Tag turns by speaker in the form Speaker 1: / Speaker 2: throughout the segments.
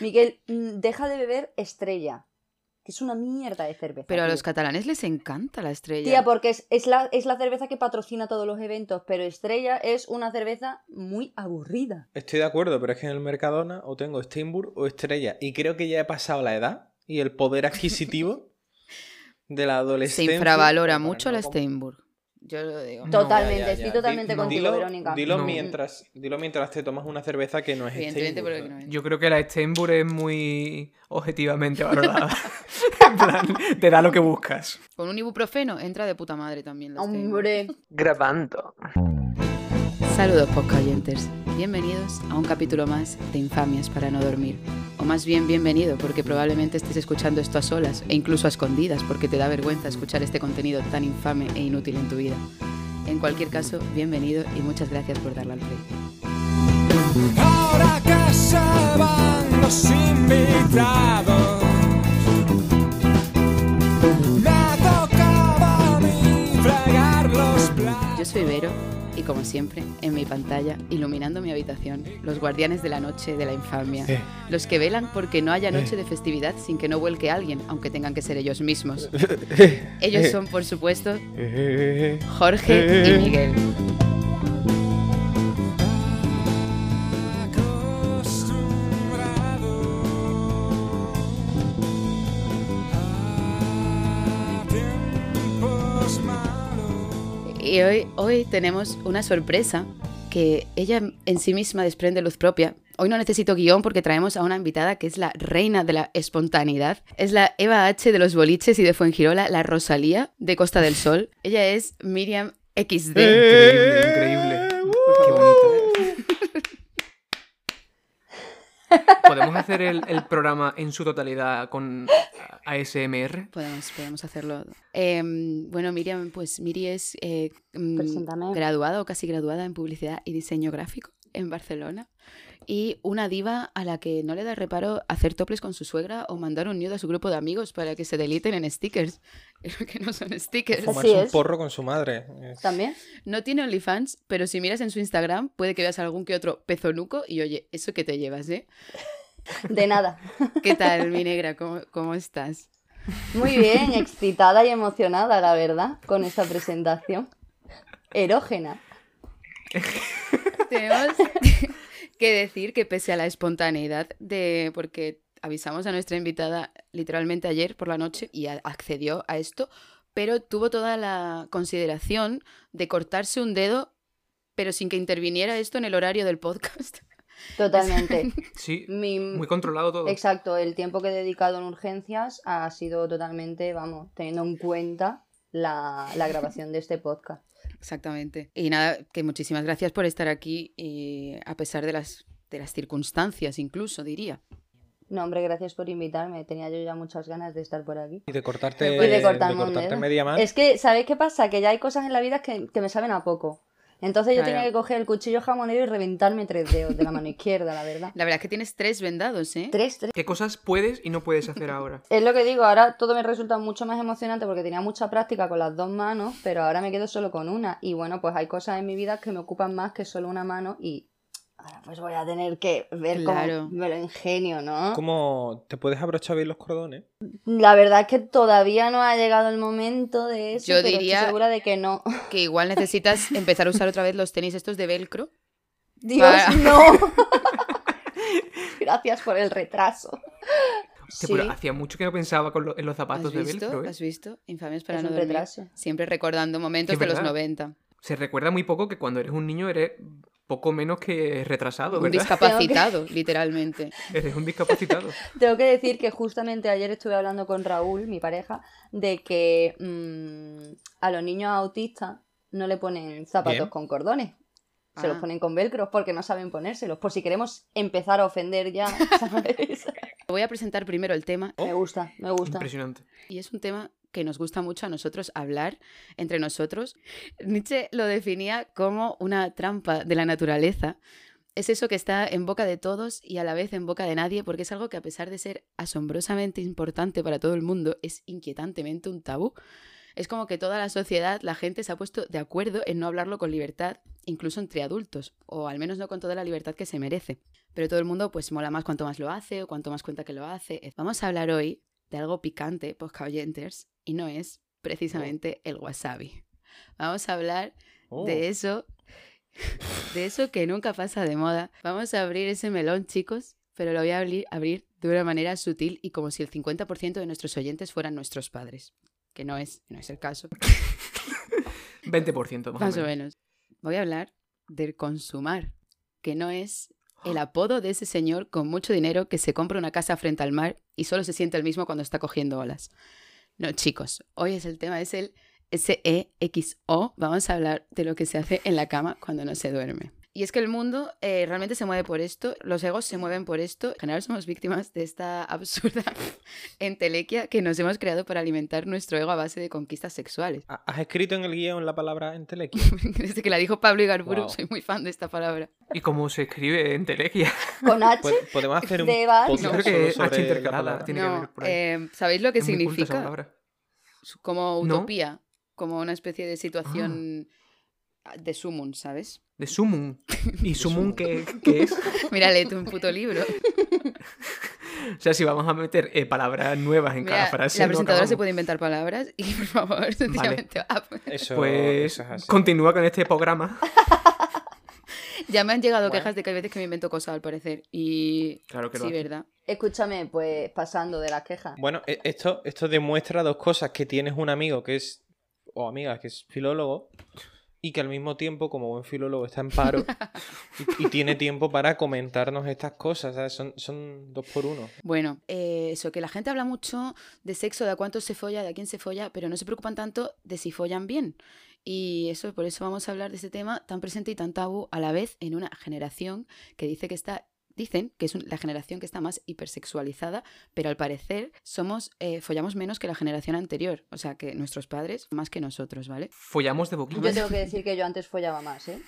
Speaker 1: Miguel, mm, deja de beber estrella, que es una mierda de cerveza.
Speaker 2: Pero a
Speaker 1: tío.
Speaker 2: los catalanes les encanta la estrella.
Speaker 1: Tía, porque es, es la, es la cerveza que patrocina todos los eventos, pero Estrella es una cerveza muy aburrida.
Speaker 3: Estoy de acuerdo, pero es que en el Mercadona o tengo Steinburg o Estrella. Y creo que ya he pasado la edad y el poder adquisitivo de la
Speaker 2: Se
Speaker 3: adolescencia.
Speaker 2: infravalora
Speaker 3: Bueno,
Speaker 2: mucho
Speaker 3: no
Speaker 2: la
Speaker 3: como-
Speaker 2: Steinburg. Yo lo digo.
Speaker 3: No,
Speaker 1: Totalmente,
Speaker 3: ya, ya,
Speaker 1: estoy
Speaker 3: ya.
Speaker 1: totalmente
Speaker 3: Di-
Speaker 1: contigo,
Speaker 3: dilo-
Speaker 1: Verónica.
Speaker 3: Dilo,
Speaker 4: No.
Speaker 3: mientras, dilo mientras te tomas una cerveza que no es
Speaker 2: Evidentemente,
Speaker 3: Steinburg,
Speaker 2: porque
Speaker 3: ¿no?
Speaker 2: no es.
Speaker 4: Yo creo que la Steinburg es muy objetivamente valorada. en plan, te da lo que buscas.
Speaker 2: Con un ibuprofeno entra de puta madre también. la Steinburg.
Speaker 1: Hombre,
Speaker 4: Grabando.
Speaker 2: Saludos, podcayentes. Bienvenidos a un capítulo más de Infamias para no dormir. O más bien, bienvenido, porque probablemente estés escuchando esto a solas e incluso a escondidas, porque te da vergüenza escuchar este contenido tan infame e inútil en tu vida. En cualquier caso, bienvenido y muchas gracias por darle al play.
Speaker 5: Ahora que se van los invitados, me tocaba a mí fregar los platos.
Speaker 2: Yo soy Vero y como siempre, en mi pantalla, iluminando mi habitación, los guardianes de la noche de la infamia,
Speaker 3: Eh.
Speaker 2: los que velan porque no haya noche de festividad sin que no vuelque alguien, aunque tengan que ser ellos mismos. Ellos son, por supuesto,
Speaker 4: Eh,
Speaker 2: Jorge y Miguel. Y hoy, hoy tenemos una sorpresa que ella en sí misma desprende luz propia. Hoy no necesito guión porque traemos a una invitada que es la reina de la espontaneidad. Es la Eva H. de los boliches y de Fuengirola, la Rosalía de Costa del Sol. Ella es Miriam XD.
Speaker 4: ¡Eh! Increíble, increíble. Qué bonito. ¿Podemos hacer el, el programa en su totalidad con ASMR?
Speaker 2: Podemos, podemos hacerlo. Eh, bueno, Miriam, pues Miri es eh, mm,
Speaker 1: Preséntame.
Speaker 2: graduada o casi graduada en publicidad y diseño gráfico en Barcelona. Y una diva a la que no le da reparo hacer toples con su suegra o mandar un nude a su grupo de amigos para que se deliten en stickers. Creo que no son stickers.
Speaker 1: Ojo.
Speaker 3: Fumarse
Speaker 1: Así
Speaker 3: un
Speaker 1: es.
Speaker 3: porro con su madre. Es-
Speaker 1: también.
Speaker 2: No tiene OnlyFans, pero si miras en su Instagram puede que veas algún que otro pezonuco y oye, eso que te llevas, ¿eh?
Speaker 1: De nada.
Speaker 2: ¿Qué tal, mi negra? ¿Cómo, cómo estás?
Speaker 1: Muy bien, excitada y emocionada, la verdad, con esta presentación. Erógena.
Speaker 2: Tenemos que decir que pese a la espontaneidad de... porque avisamos a nuestra invitada literalmente ayer por la noche y a- accedió a esto, pero tuvo toda la consideración de cortarse un dedo, pero sin que interviniera esto en el horario del podcast.
Speaker 1: Totalmente.
Speaker 4: Sí,
Speaker 1: Mi-
Speaker 2: Mm.
Speaker 4: muy controlado todo.
Speaker 1: Exacto, el tiempo que he dedicado en urgencias ha sido totalmente, vamos, teniendo en cuenta la, la grabación de este podcast.
Speaker 2: Exactamente. Y nada, que muchísimas gracias por estar aquí, y a pesar de las, de las circunstancias incluso, diría.
Speaker 1: No, hombre, gracias por invitarme. Tenía yo ya muchas ganas de estar por aquí.
Speaker 3: Y de cortarte,
Speaker 2: Y
Speaker 1: Y de
Speaker 2: Eh,
Speaker 1: cortarme
Speaker 3: de
Speaker 1: un
Speaker 3: cortarte
Speaker 1: dedo.
Speaker 3: media mano.
Speaker 1: Es que, ¿sabéis qué pasa? Que ya hay cosas en la vida que, que me saben a poco. Entonces yo
Speaker 2: Claro.
Speaker 1: tenía que coger el cuchillo jamonero y reventarme tres dedos de la mano izquierda, la verdad.
Speaker 2: La verdad es que tienes tres vendados, ¿eh?
Speaker 1: Tres, tres.
Speaker 4: ¿Qué cosas puedes y no puedes hacer ahora?
Speaker 1: Es lo que digo, ahora todo me resulta mucho más emocionante porque tenía mucha práctica con las dos manos, pero ahora me quedo solo con una. Y bueno, pues hay cosas en mi vida que me ocupan más que solo una mano y ahora pues voy a tener que ver
Speaker 2: Claro.
Speaker 1: cómo me lo ingenio, ¿no?
Speaker 3: ¿Cómo te puedes abrochar bien los cordones?
Speaker 1: La verdad es que todavía no ha llegado el momento de eso,
Speaker 2: Yo
Speaker 1: pero
Speaker 2: diría-
Speaker 1: estoy segura de que no.
Speaker 2: Que igual necesitas empezar a usar otra vez los tenis estos de velcro.
Speaker 1: Dios,
Speaker 2: Para-
Speaker 1: no. Ah. Gracias por el retraso.
Speaker 4: Hostia,
Speaker 1: Sí,
Speaker 4: pero hacía mucho que no pensaba con lo- en los zapatos
Speaker 2: ¿Has
Speaker 4: de
Speaker 2: visto?
Speaker 4: velcro. ¿eh?
Speaker 2: ¿Has visto? Infames para
Speaker 1: es
Speaker 2: no
Speaker 1: un
Speaker 2: dormir.
Speaker 1: retraso.
Speaker 2: Siempre recordando momentos
Speaker 4: Es
Speaker 2: de los
Speaker 4: verdad.
Speaker 2: 90.
Speaker 4: Se recuerda muy poco que cuando eres un niño eres poco menos que retrasado,
Speaker 2: Un
Speaker 4: ¿verdad?
Speaker 2: discapacitado, literalmente.
Speaker 4: Eres un discapacitado.
Speaker 1: Tengo que decir que justamente ayer estuve hablando con Raúl, mi pareja, de que mm, a los niños autistas no le ponen zapatos
Speaker 3: Bien.
Speaker 1: con cordones. Se los
Speaker 2: Ah.
Speaker 1: ponen con velcros porque no saben ponérselos. Por si queremos empezar a ofender ya, ¿sabes?
Speaker 2: Voy a presentar primero el tema.
Speaker 1: me gusta, me gusta.
Speaker 4: Impresionante.
Speaker 2: Y es un tema que nos gusta mucho a nosotros hablar entre nosotros. Nietzsche lo definía como una trampa de la naturaleza. Es eso que está en boca de todos y a la vez en boca de nadie, porque es algo que a pesar de ser asombrosamente importante para todo el mundo, es inquietantemente un tabú. Es como que toda la sociedad, la gente se ha puesto de acuerdo en no hablarlo con libertad, incluso entre adultos, o al menos no con toda la libertad que se merece. pero todo el mundo pues mola más cuanto más lo hace o cuanto más cuenta que lo hace. Vamos a hablar hoy de algo picante, pues oyenters, y no es precisamente el wasabi. Vamos a hablar
Speaker 3: Oh.
Speaker 2: de eso, de eso que nunca pasa de moda. Vamos a abrir ese melón, chicos, pero lo voy a abrir, abrir de una manera sutil y como si el 50% de nuestros oyentes fueran nuestros padres, que no es, no es el caso,
Speaker 4: 20% más,
Speaker 2: más o menos. Voy a hablar del consumar, que no es el apodo de ese señor con mucho dinero que se compra una casa frente al mar y solo se siente el mismo cuando está cogiendo olas. No, chicos, hoy es el tema, es el SEXO. Vamos a hablar de lo que se hace en la cama cuando no se duerme. Y es que el mundo eh, realmente se mueve por esto, los egos se mueven por esto. En general somos víctimas de esta absurda entelequia que nos hemos creado para alimentar nuestro ego a base de conquistas sexuales.
Speaker 3: ¿Ha- ¿Has escrito en el guión la palabra entelequia?
Speaker 2: Desde que la dijo Pablo Igarburu,
Speaker 3: Guau.
Speaker 2: soy muy fan de esta palabra.
Speaker 4: ¿Y cómo se escribe en Telequia?
Speaker 1: Con H.
Speaker 3: Pod- Podemos hacer un
Speaker 1: De Val.
Speaker 3: podcast
Speaker 4: Yo creo que
Speaker 3: solo
Speaker 4: H
Speaker 3: sobre la
Speaker 4: intercalada
Speaker 3: palabra.
Speaker 4: tiene- que
Speaker 2: No,
Speaker 4: venir por ahí.
Speaker 2: eh, ¿sabéis lo que
Speaker 4: Es muy culta esa
Speaker 2: significa?
Speaker 4: palabra.
Speaker 2: Como
Speaker 4: No. Ah.
Speaker 2: utopía, como una especie de situación ah, de sumum, ¿sabes?
Speaker 4: De sumum. ¿Y sumum
Speaker 3: sumum.
Speaker 4: qué, qué es?
Speaker 2: Mira, léete un puto libro.
Speaker 4: O sea, si vamos a meter eh, palabras nuevas en cada
Speaker 2: Mira,
Speaker 4: frase.
Speaker 2: la
Speaker 4: no
Speaker 2: presentadora se
Speaker 4: acabamos.
Speaker 2: puede inventar palabras y, por favor, sencillamente, ah, pues,
Speaker 3: Eso,
Speaker 4: Pues
Speaker 3: eso es así.
Speaker 4: continúa con este programa.
Speaker 2: ya me han llegado
Speaker 3: Bueno.
Speaker 2: quejas de que hay veces que me invento cosas, al parecer. Y
Speaker 4: Claro que lo
Speaker 2: sí,
Speaker 4: hace.
Speaker 2: ¿verdad?
Speaker 1: Escúchame, pues pasando de las quejas.
Speaker 3: Bueno, e- esto, esto demuestra dos cosas: que tienes un amigo que es. o amiga que es filólogo. Y que al mismo tiempo, como buen filólogo, está en paro y, y tiene tiempo para comentarnos estas cosas. ¿sabes? Son, son dos por uno.
Speaker 2: Bueno, eh, eso, que la gente habla mucho de sexo, de a cuánto se folla, de a quién se folla, pero no se preocupan tanto de si follan bien. Y eso, por eso vamos a hablar de este tema tan presente y tan tabú a la vez en una generación que dice que está, dicen que es un- la generación que está más hipersexualizada, pero al parecer somos, eh, follamos menos que la generación anterior, o sea que nuestros padres más que nosotros, ¿vale?
Speaker 4: Follamos de boquilla.
Speaker 1: Yo tengo que decir que yo antes follaba más, ¿eh?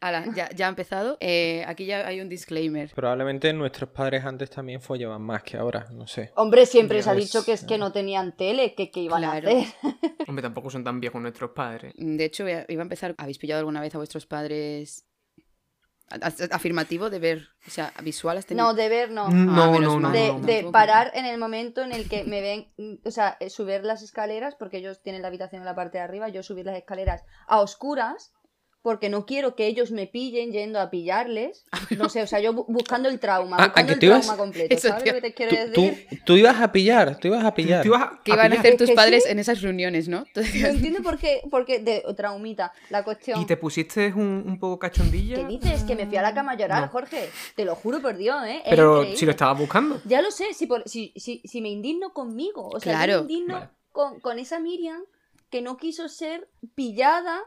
Speaker 2: Ala, ya, ya ha empezado. Eh, aquí ya hay un disclaimer.
Speaker 3: Probablemente nuestros padres antes también follaban más que ahora, no sé.
Speaker 1: Hombre, siempre se ha
Speaker 3: Ya ves,
Speaker 1: dicho que es que
Speaker 3: eh.
Speaker 1: no tenían tele, que, que iban
Speaker 2: Claro.
Speaker 1: a hacer.
Speaker 4: Hombre, tampoco son tan viejos nuestros padres.
Speaker 2: De hecho, voy a- iba a empezar. ¿Habéis pillado alguna vez a vuestros padres a- a- afirmativo de ver? O sea, visual has tenido-
Speaker 1: No, de ver no.
Speaker 4: No,
Speaker 2: Ah, menos
Speaker 4: no, no,
Speaker 2: mal.
Speaker 1: de,
Speaker 4: no, no.
Speaker 1: de
Speaker 2: tampoco.
Speaker 1: parar en el momento en el que me ven, mm, o sea, eh, subir las escaleras, porque ellos tienen la habitación en la parte de arriba, yo subir las escaleras a oscuras, porque no quiero que ellos me pillen yendo a pillarles. No sé, o sea, yo bu- buscando el trauma,
Speaker 3: Ah, ah,
Speaker 1: buscando
Speaker 3: que
Speaker 1: el
Speaker 3: te ibas-
Speaker 1: trauma completo.
Speaker 2: Eso,
Speaker 1: ¿Sabes
Speaker 2: tío.
Speaker 1: lo que te
Speaker 3: Tú,
Speaker 1: quiero
Speaker 3: tú,
Speaker 1: decir?
Speaker 3: tú ibas a pillar, tú ibas a pillar.
Speaker 4: Tú ibas a-
Speaker 2: ¿Qué
Speaker 4: a
Speaker 2: iban a
Speaker 4: pillar
Speaker 2: hacer tus
Speaker 1: ¿Que
Speaker 2: padres en este esas reuniones, no? Entonces,
Speaker 1: No entiendo por qué, porque de traumita, la cuestión.
Speaker 4: ¿Y te pusiste un, un poco cachondilla?
Speaker 1: ¿Qué dices? Que me fui a la cama a llorar,
Speaker 4: No.
Speaker 1: Jorge. Te lo juro por Dios, ¿eh? Es
Speaker 4: Pero
Speaker 1: increíble.
Speaker 4: si lo estabas buscando.
Speaker 1: Ya lo sé, si, por- si, si, si me indigno conmigo. O sea, yo
Speaker 2: Claro.
Speaker 1: me indigno
Speaker 4: Vale.
Speaker 1: con, con esa Miriam que no quiso ser pillada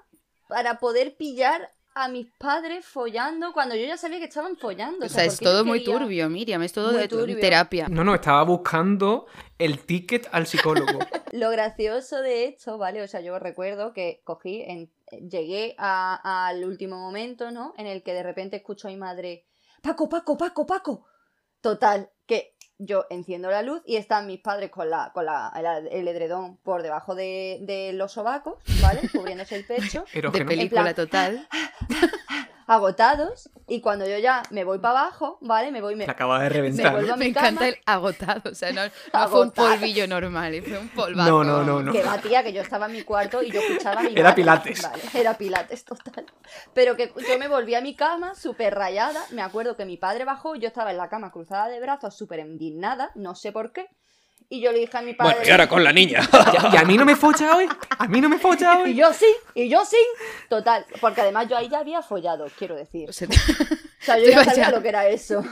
Speaker 1: para poder pillar a mis padres follando cuando yo ya sabía que estaban follando.
Speaker 2: o sea, es
Speaker 1: ¿por qué yo
Speaker 2: todo muy
Speaker 1: quería-
Speaker 2: turbio, Miriam. Es todo
Speaker 1: Muy
Speaker 2: de tu-
Speaker 1: turbio.
Speaker 2: terapia.
Speaker 4: No, no, estaba buscando el ticket al psicólogo.
Speaker 1: Lo gracioso de esto, ¿vale? O sea, yo recuerdo que cogí, en, llegué a- al último momento, ¿no? En el que de repente escucho a mi madre, Paco, Paco, Paco, Paco. Total, que yo enciendo la luz y están mis padres con, la, con la, el, el edredón por debajo de, de los sobacos, ¿vale? Cubriéndose el pecho,
Speaker 2: De
Speaker 4: Erógeno.
Speaker 2: película
Speaker 1: plan-
Speaker 2: total.
Speaker 1: agotados. Y cuando yo ya me voy para abajo, ¿vale? Me voy, me,
Speaker 4: La acaba de
Speaker 1: Me
Speaker 4: reventar.
Speaker 1: vuelvo a
Speaker 2: Me
Speaker 1: mi
Speaker 2: encanta
Speaker 1: cama.
Speaker 2: el agotado. O sea, no, no fue un
Speaker 1: Agotado.
Speaker 2: polvillo normal, eh, fue un polvazo.
Speaker 4: No, no, no,
Speaker 2: vamos.
Speaker 4: no.
Speaker 1: Que va, tía, que yo estaba en mi cuarto y yo escuchaba a mi
Speaker 4: Era
Speaker 1: madre.
Speaker 4: Pilates.
Speaker 1: Vale, era Pilates, total. Pero que yo me volví a mi cama súper rayada. Me acuerdo que mi padre bajó, yo estaba en la cama cruzada de brazos, súper indignada, no sé por qué. Y yo le dije a mi padre.
Speaker 3: Bueno, y ahora con la niña.
Speaker 4: Y a mí no me folla hoy. A mí no me ¿eh? folla
Speaker 1: "Y
Speaker 4: hoy.
Speaker 1: yo sí, y yo sí. Total, porque además yo ahí ya había follado, quiero decir.
Speaker 2: O
Speaker 1: O
Speaker 2: sea,
Speaker 1: sea, yo
Speaker 2: tú
Speaker 1: ya
Speaker 2: vas
Speaker 1: sabía
Speaker 2: ya.
Speaker 1: lo que era eso.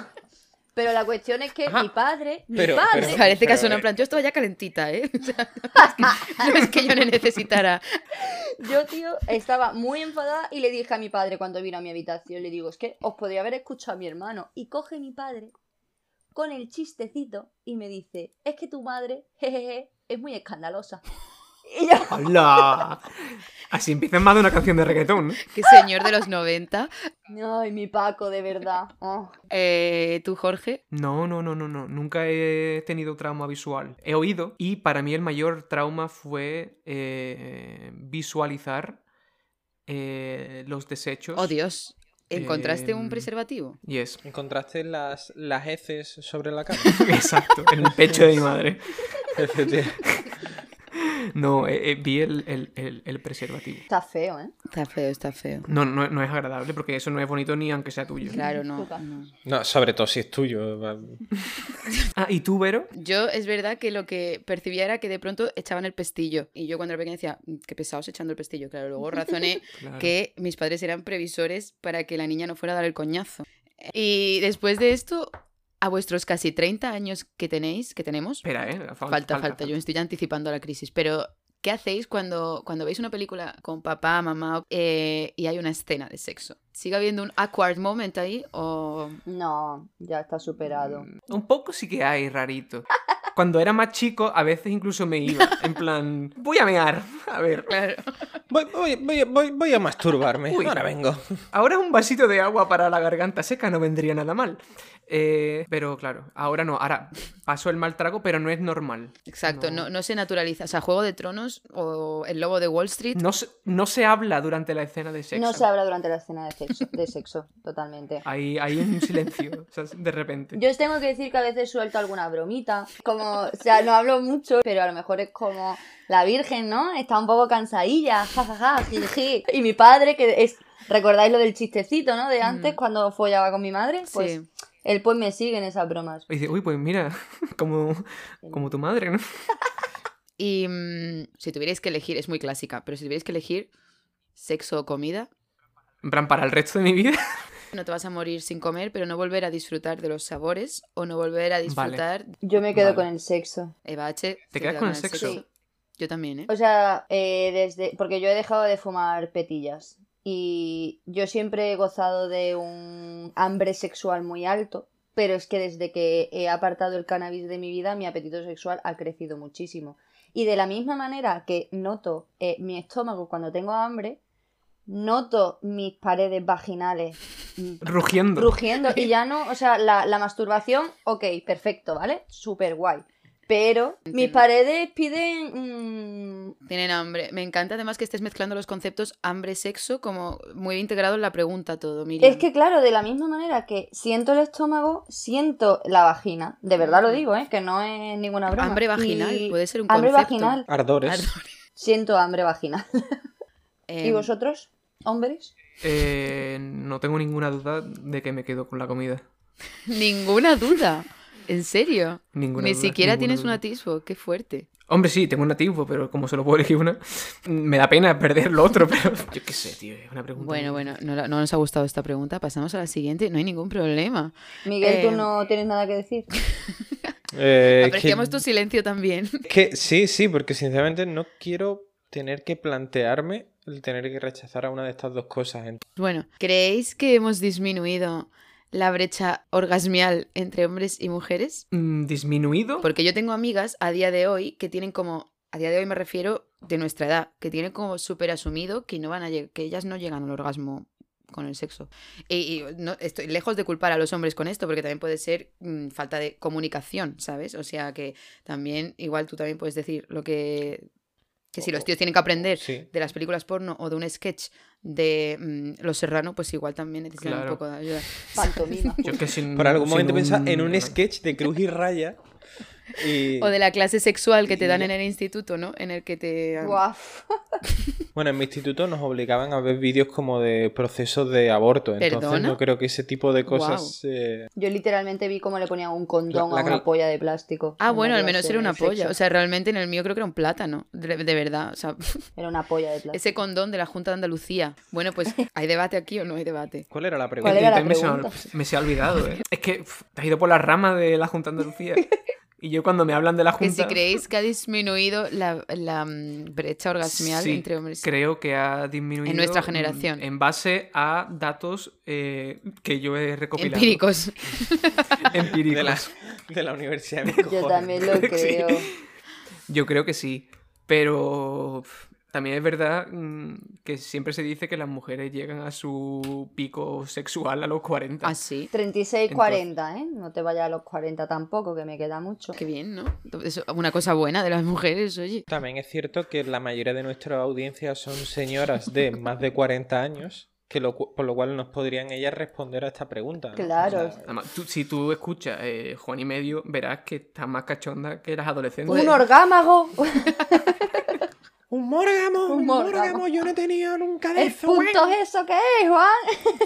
Speaker 1: Pero la cuestión es que mi padre, mi
Speaker 3: Pero-
Speaker 1: padre,
Speaker 3: pero-
Speaker 2: parece que ha
Speaker 4: eh.
Speaker 2: sonado
Speaker 3: Pero,
Speaker 2: en plan, yo estaba ya calentita, ¿eh? O sea, no es que, no es que yo no necesitara.
Speaker 1: Yo, tío, estaba muy enfadada y le dije a mi padre cuando vino a mi habitación, le digo, es que os podría haber escuchado a mi hermano. Y coge mi padre con el chistecito y me dice, es que tu madre, jejeje, es muy escandalosa. Y yo,
Speaker 4: ¡Hola! Así empieza más de una canción de reggaetón. ¿no?
Speaker 2: Que señor de los 90.
Speaker 1: ay, mi Paco, de verdad. oh".
Speaker 2: Eh, Tú, Jorge,
Speaker 4: No, no, no, no, no. Nunca he tenido trauma visual. He oído y para mí el mayor trauma fue eh, visualizar eh, los desechos
Speaker 2: Oh, Dios. ¿Encontraste un
Speaker 4: Em,
Speaker 2: preservativo?
Speaker 4: Yes.
Speaker 3: ¿Encontraste las, las heces sobre la cama?
Speaker 4: Exacto, en el pecho de mi madre.
Speaker 3: Efectivamente.
Speaker 4: No, eh, eh, vi el, el- el- el preservativo.
Speaker 1: Está feo, ¿eh?
Speaker 2: Está feo, está feo.
Speaker 4: No, no, no es agradable porque eso no es bonito ni aunque sea tuyo.
Speaker 2: Claro, no.
Speaker 1: Puta.
Speaker 2: no.
Speaker 3: no, sobre todo si es tuyo. va-
Speaker 4: Ah, ¿y tú, Vero?
Speaker 2: Yo es verdad que lo que percibía era que de pronto echaban el pestillo. Y yo cuando era pequeña decía, "Mm, qué pesados echando el pestillo. Claro, luego razoné
Speaker 4: Claro.
Speaker 2: que mis padres eran previsores para que la niña no fuera a dar el coñazo. Y después de esto, a vuestros casi 30 años que tenéis, que tenemos,
Speaker 4: Espera, ¿eh? Falta,
Speaker 2: falta, falta, yo me estoy ya anticipando a la crisis, pero ¿qué hacéis cuando, cuando veis una película con papá, mamá eh, y hay una escena de sexo? ¿Sigue habiendo un awkward moment ahí o...?
Speaker 1: No, ya está superado.
Speaker 4: Mm, Un poco sí que hay, rarito. Cuando era más chico, a veces incluso me iba. En plan, voy a mear. A ver,
Speaker 2: Claro.
Speaker 3: Voy, voy, voy, voy, voy a masturbarme.
Speaker 4: Uy.
Speaker 3: Ahora vengo.
Speaker 4: ahora un vasito de agua para la garganta seca no vendría nada mal. Eh, pero claro, ahora no. Ahora paso el mal trago, pero no es normal.
Speaker 2: Exacto,
Speaker 4: No.
Speaker 2: no. no se naturaliza. O sea, Juego de Tronos o El Lobo de Wall Street.
Speaker 4: No se, no se habla durante la escena de sexo.
Speaker 1: No se habla durante la escena de sexo, de sexo totalmente.
Speaker 4: Hay, hay un silencio, o sea, de repente.
Speaker 1: Yo os tengo que decir que a veces suelto alguna bromita, como, o sea, no hablo mucho, pero a lo mejor es como la Virgen, ¿no? Está un poco cansadilla, jajaja, jiji. Y mi padre, que es, ¿recordáis lo del chistecito, ¿no? De antes,
Speaker 2: Mm.
Speaker 1: cuando follaba con mi madre, pues
Speaker 2: Sí.
Speaker 1: él pues me sigue en esas bromas.
Speaker 4: Y dice, uy, pues mira, como, como tu madre, ¿no?
Speaker 2: Y mm, si tuvierais que elegir, es muy clásica, pero si tuvierais que elegir sexo o comida,
Speaker 4: En plan, para el resto de mi vida.
Speaker 2: no te vas a morir sin comer, pero no volver a disfrutar de los sabores o no volver a disfrutar
Speaker 1: Yo me quedo
Speaker 4: Vale.
Speaker 1: con el sexo.
Speaker 2: Eva H.
Speaker 4: ¿Te quedas con el sexo?
Speaker 1: Sí.
Speaker 2: Yo también, ¿eh?
Speaker 1: O sea, eh, desde. Porque yo he dejado de fumar petillas. Y yo siempre he gozado de un hambre sexual muy alto. Pero es que desde que he apartado el cannabis de mi vida, mi apetito sexual ha crecido muchísimo. Y de la misma manera que noto eh, mi estómago cuando tengo hambre, noto mis paredes vaginales mm,
Speaker 4: Rugiendo.
Speaker 1: rugiendo. Y ya no, o sea, la, la masturbación, ok, perfecto, ¿vale? Súper guay. Pero mis
Speaker 2: Entiendo.
Speaker 1: paredes piden mm,
Speaker 2: Tienen hambre. Me encanta además que estés mezclando los conceptos hambre-sexo como muy integrado en la pregunta todo, Miriam.
Speaker 1: Es que claro, de la misma manera que siento el estómago, siento la vagina. De verdad lo digo, ¿eh? Que no es ninguna broma.
Speaker 2: Hambre vaginal,
Speaker 1: Y
Speaker 2: puede ser un
Speaker 1: Hambre
Speaker 2: concepto.
Speaker 1: vaginal.
Speaker 3: Ardores.
Speaker 1: Siento hambre vaginal. ¿Y
Speaker 2: Em,
Speaker 1: vosotros, hombres?
Speaker 4: Eh, no tengo ninguna duda de que me quedo con la comida.
Speaker 2: Ninguna duda. ¿En serio?
Speaker 4: Ninguna
Speaker 2: Ni
Speaker 4: duda,
Speaker 2: siquiera
Speaker 4: ninguna
Speaker 2: tienes un
Speaker 4: duda.
Speaker 2: atisbo. Qué fuerte.
Speaker 4: Hombre, sí, tengo un nativo, pero como solo puedo elegir una, me da pena perder lo otro, pero yo qué sé, tío, es una pregunta.
Speaker 2: Bueno, bueno, no, la- no nos ha gustado esta pregunta. Pasamos a la siguiente. No hay ningún problema.
Speaker 1: Miguel,
Speaker 2: Eh,
Speaker 1: tú no tienes nada que decir.
Speaker 3: Eh, que-
Speaker 2: Apreciamos tu silencio también. Pues
Speaker 3: que sí, sí, porque sinceramente no quiero tener que plantearme el tener que rechazar a una de estas dos cosas. Ent-
Speaker 2: Bueno, ¿creéis que hemos disminuido la brecha orgasmial entre hombres y mujeres?
Speaker 4: Mm, ¿Disminuido?
Speaker 2: Porque yo tengo amigas a día de hoy que tienen como, a día de hoy me refiero de nuestra edad, que tienen como súper asumido que no van a lleg- que ellas no llegan al orgasmo con el sexo. Y, y no, estoy lejos de culpar a los hombres con esto, porque también puede ser mm, falta de comunicación, ¿sabes? O sea que también, igual tú también puedes decir lo que. que si los tíos tienen que aprender
Speaker 3: Sí.
Speaker 2: de las películas porno o de un sketch de mm, Los Serrano, pues igual también necesitan un
Speaker 4: Claro.
Speaker 2: poco de ayuda.
Speaker 1: Pantomima.
Speaker 4: Yo es que sin-
Speaker 3: Por algún
Speaker 4: mm, sin
Speaker 3: momento
Speaker 4: un-
Speaker 3: pensaba en un sketch de Cruz y Raya. Y...
Speaker 2: O de la clase sexual que te
Speaker 3: Y
Speaker 2: dan
Speaker 3: ya.
Speaker 2: en el instituto, ¿no? En el que te...
Speaker 1: Guau.
Speaker 3: Bueno, en mi instituto nos obligaban a ver vídeos como de procesos de aborto. Entonces
Speaker 2: ¿Perdona?
Speaker 3: no creo que ese tipo de cosas... eh,
Speaker 1: Yo literalmente vi cómo le ponían un condón
Speaker 3: La- la
Speaker 1: a una
Speaker 3: cal-
Speaker 1: polla de plástico.
Speaker 2: Ah,
Speaker 1: En
Speaker 2: bueno, al
Speaker 1: la
Speaker 2: menos
Speaker 1: clase
Speaker 2: era una
Speaker 1: de sexo.
Speaker 2: polla. O sea, realmente en el mío creo que era un plátano. De, de verdad. O sea,
Speaker 1: Era una polla de plástico.
Speaker 2: ese condón de la Junta de Andalucía. Bueno, pues, ¿hay debate aquí o no hay debate?
Speaker 3: ¿Cuál era la pregunta?
Speaker 1: ¿Cuál era la
Speaker 4: También me, se me-
Speaker 1: pregunta?
Speaker 4: me se ha olvidado, ¿eh? Es que pf, te has ido por la rama de la Junta de Andalucía. Y yo cuando me hablan de la
Speaker 2: Que
Speaker 4: Junta...
Speaker 2: si creéis que ha disminuido la, la, mm, brecha orgasmial
Speaker 4: Sí,
Speaker 2: entre hombres.
Speaker 4: Creo que ha disminuido.
Speaker 2: En nuestra
Speaker 4: mm,
Speaker 2: generación.
Speaker 4: En base a datos eh, que yo he recopilado.
Speaker 2: Empíricos.
Speaker 4: Empíricos.
Speaker 3: De la, de la universidad. de
Speaker 1: Yo
Speaker 3: cojones.
Speaker 1: también lo
Speaker 4: Sí.
Speaker 1: creo.
Speaker 4: Yo creo que sí. Pero pf, también es verdad mm, que siempre se dice que las mujeres llegan a su pico sexual a los 40.
Speaker 2: Así.
Speaker 1: 36-40, ¿eh? No te vayas a los 40 tampoco, que me queda mucho.
Speaker 2: Qué bien, ¿no? Eso, una cosa buena de las mujeres, oye.
Speaker 3: También es cierto que la mayoría de nuestra audiencia son señoras de más de 40 años. que lo cu- por lo cual nos podrían ellas responder a esta pregunta. ¿no?
Speaker 1: Claro.
Speaker 3: O sea,
Speaker 4: Además, tú- si tú escuchas eh, Juan y medio, verás que está más cachonda que las
Speaker 2: Pues-
Speaker 4: adolescentes.
Speaker 1: ¡Un orgámago!
Speaker 3: un mórgamo,
Speaker 1: Un mórgamo.
Speaker 3: un mórgamo, yo no he tenido nunca de
Speaker 1: ¿El
Speaker 3: eso.
Speaker 1: punto es eso que es, Juan?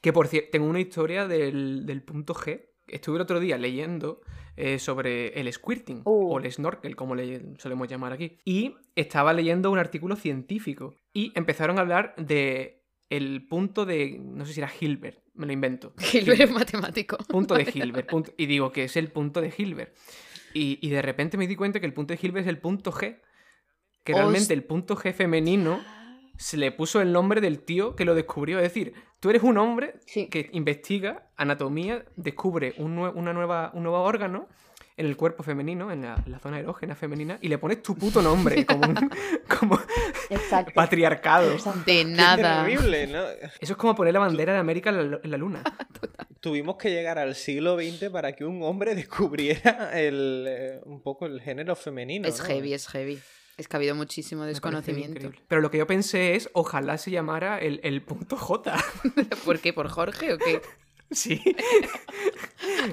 Speaker 4: Que por cierto, tengo una historia del, del punto G. Estuve el otro día leyendo eh, sobre el squirting
Speaker 1: Uh.
Speaker 4: o el snorkel, como le solemos llamar aquí. Y estaba leyendo un artículo científico y empezaron a hablar de el punto de, no sé si era Hilbert, me lo invento.
Speaker 2: Gilbert es matemático.
Speaker 4: Punto de Hilbert. punto- y digo que es el punto de Hilbert. Y, y de repente me di cuenta que el punto de Hilbert es el punto G. Que
Speaker 2: Host-
Speaker 4: realmente el punto G femenino se le puso el nombre del tío que lo descubrió. Es decir, tú eres un hombre
Speaker 1: Sí.
Speaker 4: que investiga anatomía, descubre un, nue- una nueva, un nuevo órgano en el cuerpo femenino, en la, la zona erógena femenina, y le pones tu puto nombre, como, un- como
Speaker 1: Exacto.
Speaker 4: patriarcado. Eso
Speaker 1: Exacto.
Speaker 2: De
Speaker 3: Qué
Speaker 2: nada.
Speaker 3: terrible, ¿no?
Speaker 4: es como poner la bandera de América en la, en la luna.
Speaker 3: Tuvimos que llegar al siglo XX para que un hombre descubriera el, eh, un poco el género femenino.
Speaker 2: Es
Speaker 3: ¿no?
Speaker 2: heavy, es heavy. Es que ha habido muchísimo
Speaker 4: Me parece
Speaker 2: desconocimiento.
Speaker 4: increíble. Pero lo que yo pensé es, ojalá se llamara el, el punto J.
Speaker 2: ¿Por qué? ¿Por Jorge o qué?
Speaker 4: Sí.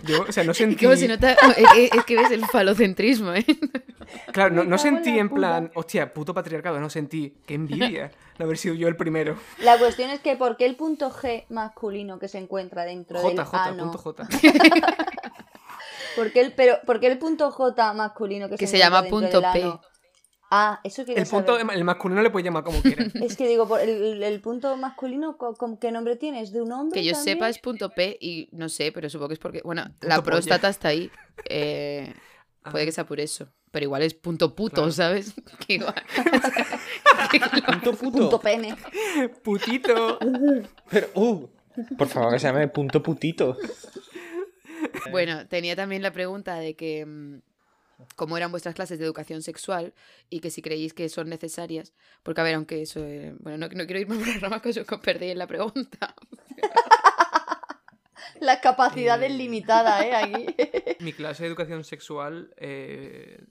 Speaker 4: Yo, o sea, no
Speaker 2: Y
Speaker 4: sentí...
Speaker 2: como si no te- es, que- eh, es que ves el falocentrismo, ¿eh?
Speaker 4: Claro, no,
Speaker 1: Me
Speaker 4: no
Speaker 1: cago en
Speaker 4: sentí
Speaker 1: la
Speaker 4: en
Speaker 1: puta.
Speaker 4: plan, hostia, puto patriarcado, no sentí. Qué envidia de haber sido yo el primero.
Speaker 1: La cuestión es que ¿por qué el punto G masculino que se encuentra dentro del
Speaker 4: J, J,
Speaker 1: ano?
Speaker 4: punto J.
Speaker 1: ¿Por qué el, pero, ¿por qué el punto J masculino que,
Speaker 2: Que se
Speaker 1: encuentra
Speaker 2: llama
Speaker 1: dentro
Speaker 2: punto
Speaker 1: del
Speaker 2: P?
Speaker 1: ano? Ah, eso quería
Speaker 4: El punto,
Speaker 1: saber.
Speaker 4: el masculino le puedes llamar como quieras.
Speaker 1: Es que digo, por el, el- el punto masculino, ¿con, con qué nombre tienes? ¿De un hombre
Speaker 2: Que yo
Speaker 1: también?
Speaker 2: sepa es punto P y no sé, pero supongo que es porque. Bueno, la
Speaker 4: polla.
Speaker 2: próstata está ahí. eh, puede que sea por eso. Pero igual es punto puto,
Speaker 4: Ah. Claro.
Speaker 2: ¿sabes? Que igual-
Speaker 3: Punto puto.
Speaker 1: Punto pene.
Speaker 4: Putito.
Speaker 3: Pero, uh, por favor, que se llame punto putito.
Speaker 2: Bueno, tenía también la pregunta de que mm, cómo eran vuestras clases de educación sexual y que si creéis que son necesarias, porque a ver, aunque eso, eh, bueno, no, no quiero irme por las ramas que yo perdí en la pregunta.
Speaker 1: Las capacidades
Speaker 4: Eh.
Speaker 1: limitadas, ¿eh? Aquí.
Speaker 4: Mi clase de educación sexual eh,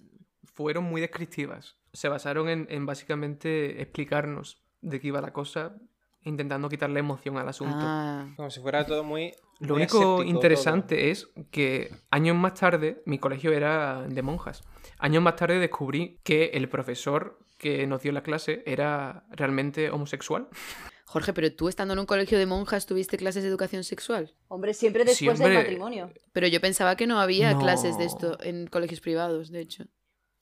Speaker 4: fueron muy descriptivas. Se basaron en, en básicamente explicarnos de qué iba la cosa, intentando quitarle emoción al asunto.
Speaker 2: Ah,
Speaker 3: Como si fuera todo muy.
Speaker 4: Lo
Speaker 3: muy
Speaker 4: único
Speaker 3: aséptico
Speaker 4: interesante es que años más tarde, mi colegio era de monjas, años más tarde descubrí que el profesor que nos dio la clase era realmente homosexual.
Speaker 2: Jorge, pero tú estando en un colegio de monjas tuviste clases de educación sexual.
Speaker 1: Hombre, siempre
Speaker 4: Sí,
Speaker 1: después del
Speaker 4: hombre.
Speaker 1: matrimonio.
Speaker 2: Pero yo pensaba que no había
Speaker 4: No.
Speaker 2: clases de esto en colegios privados, de hecho.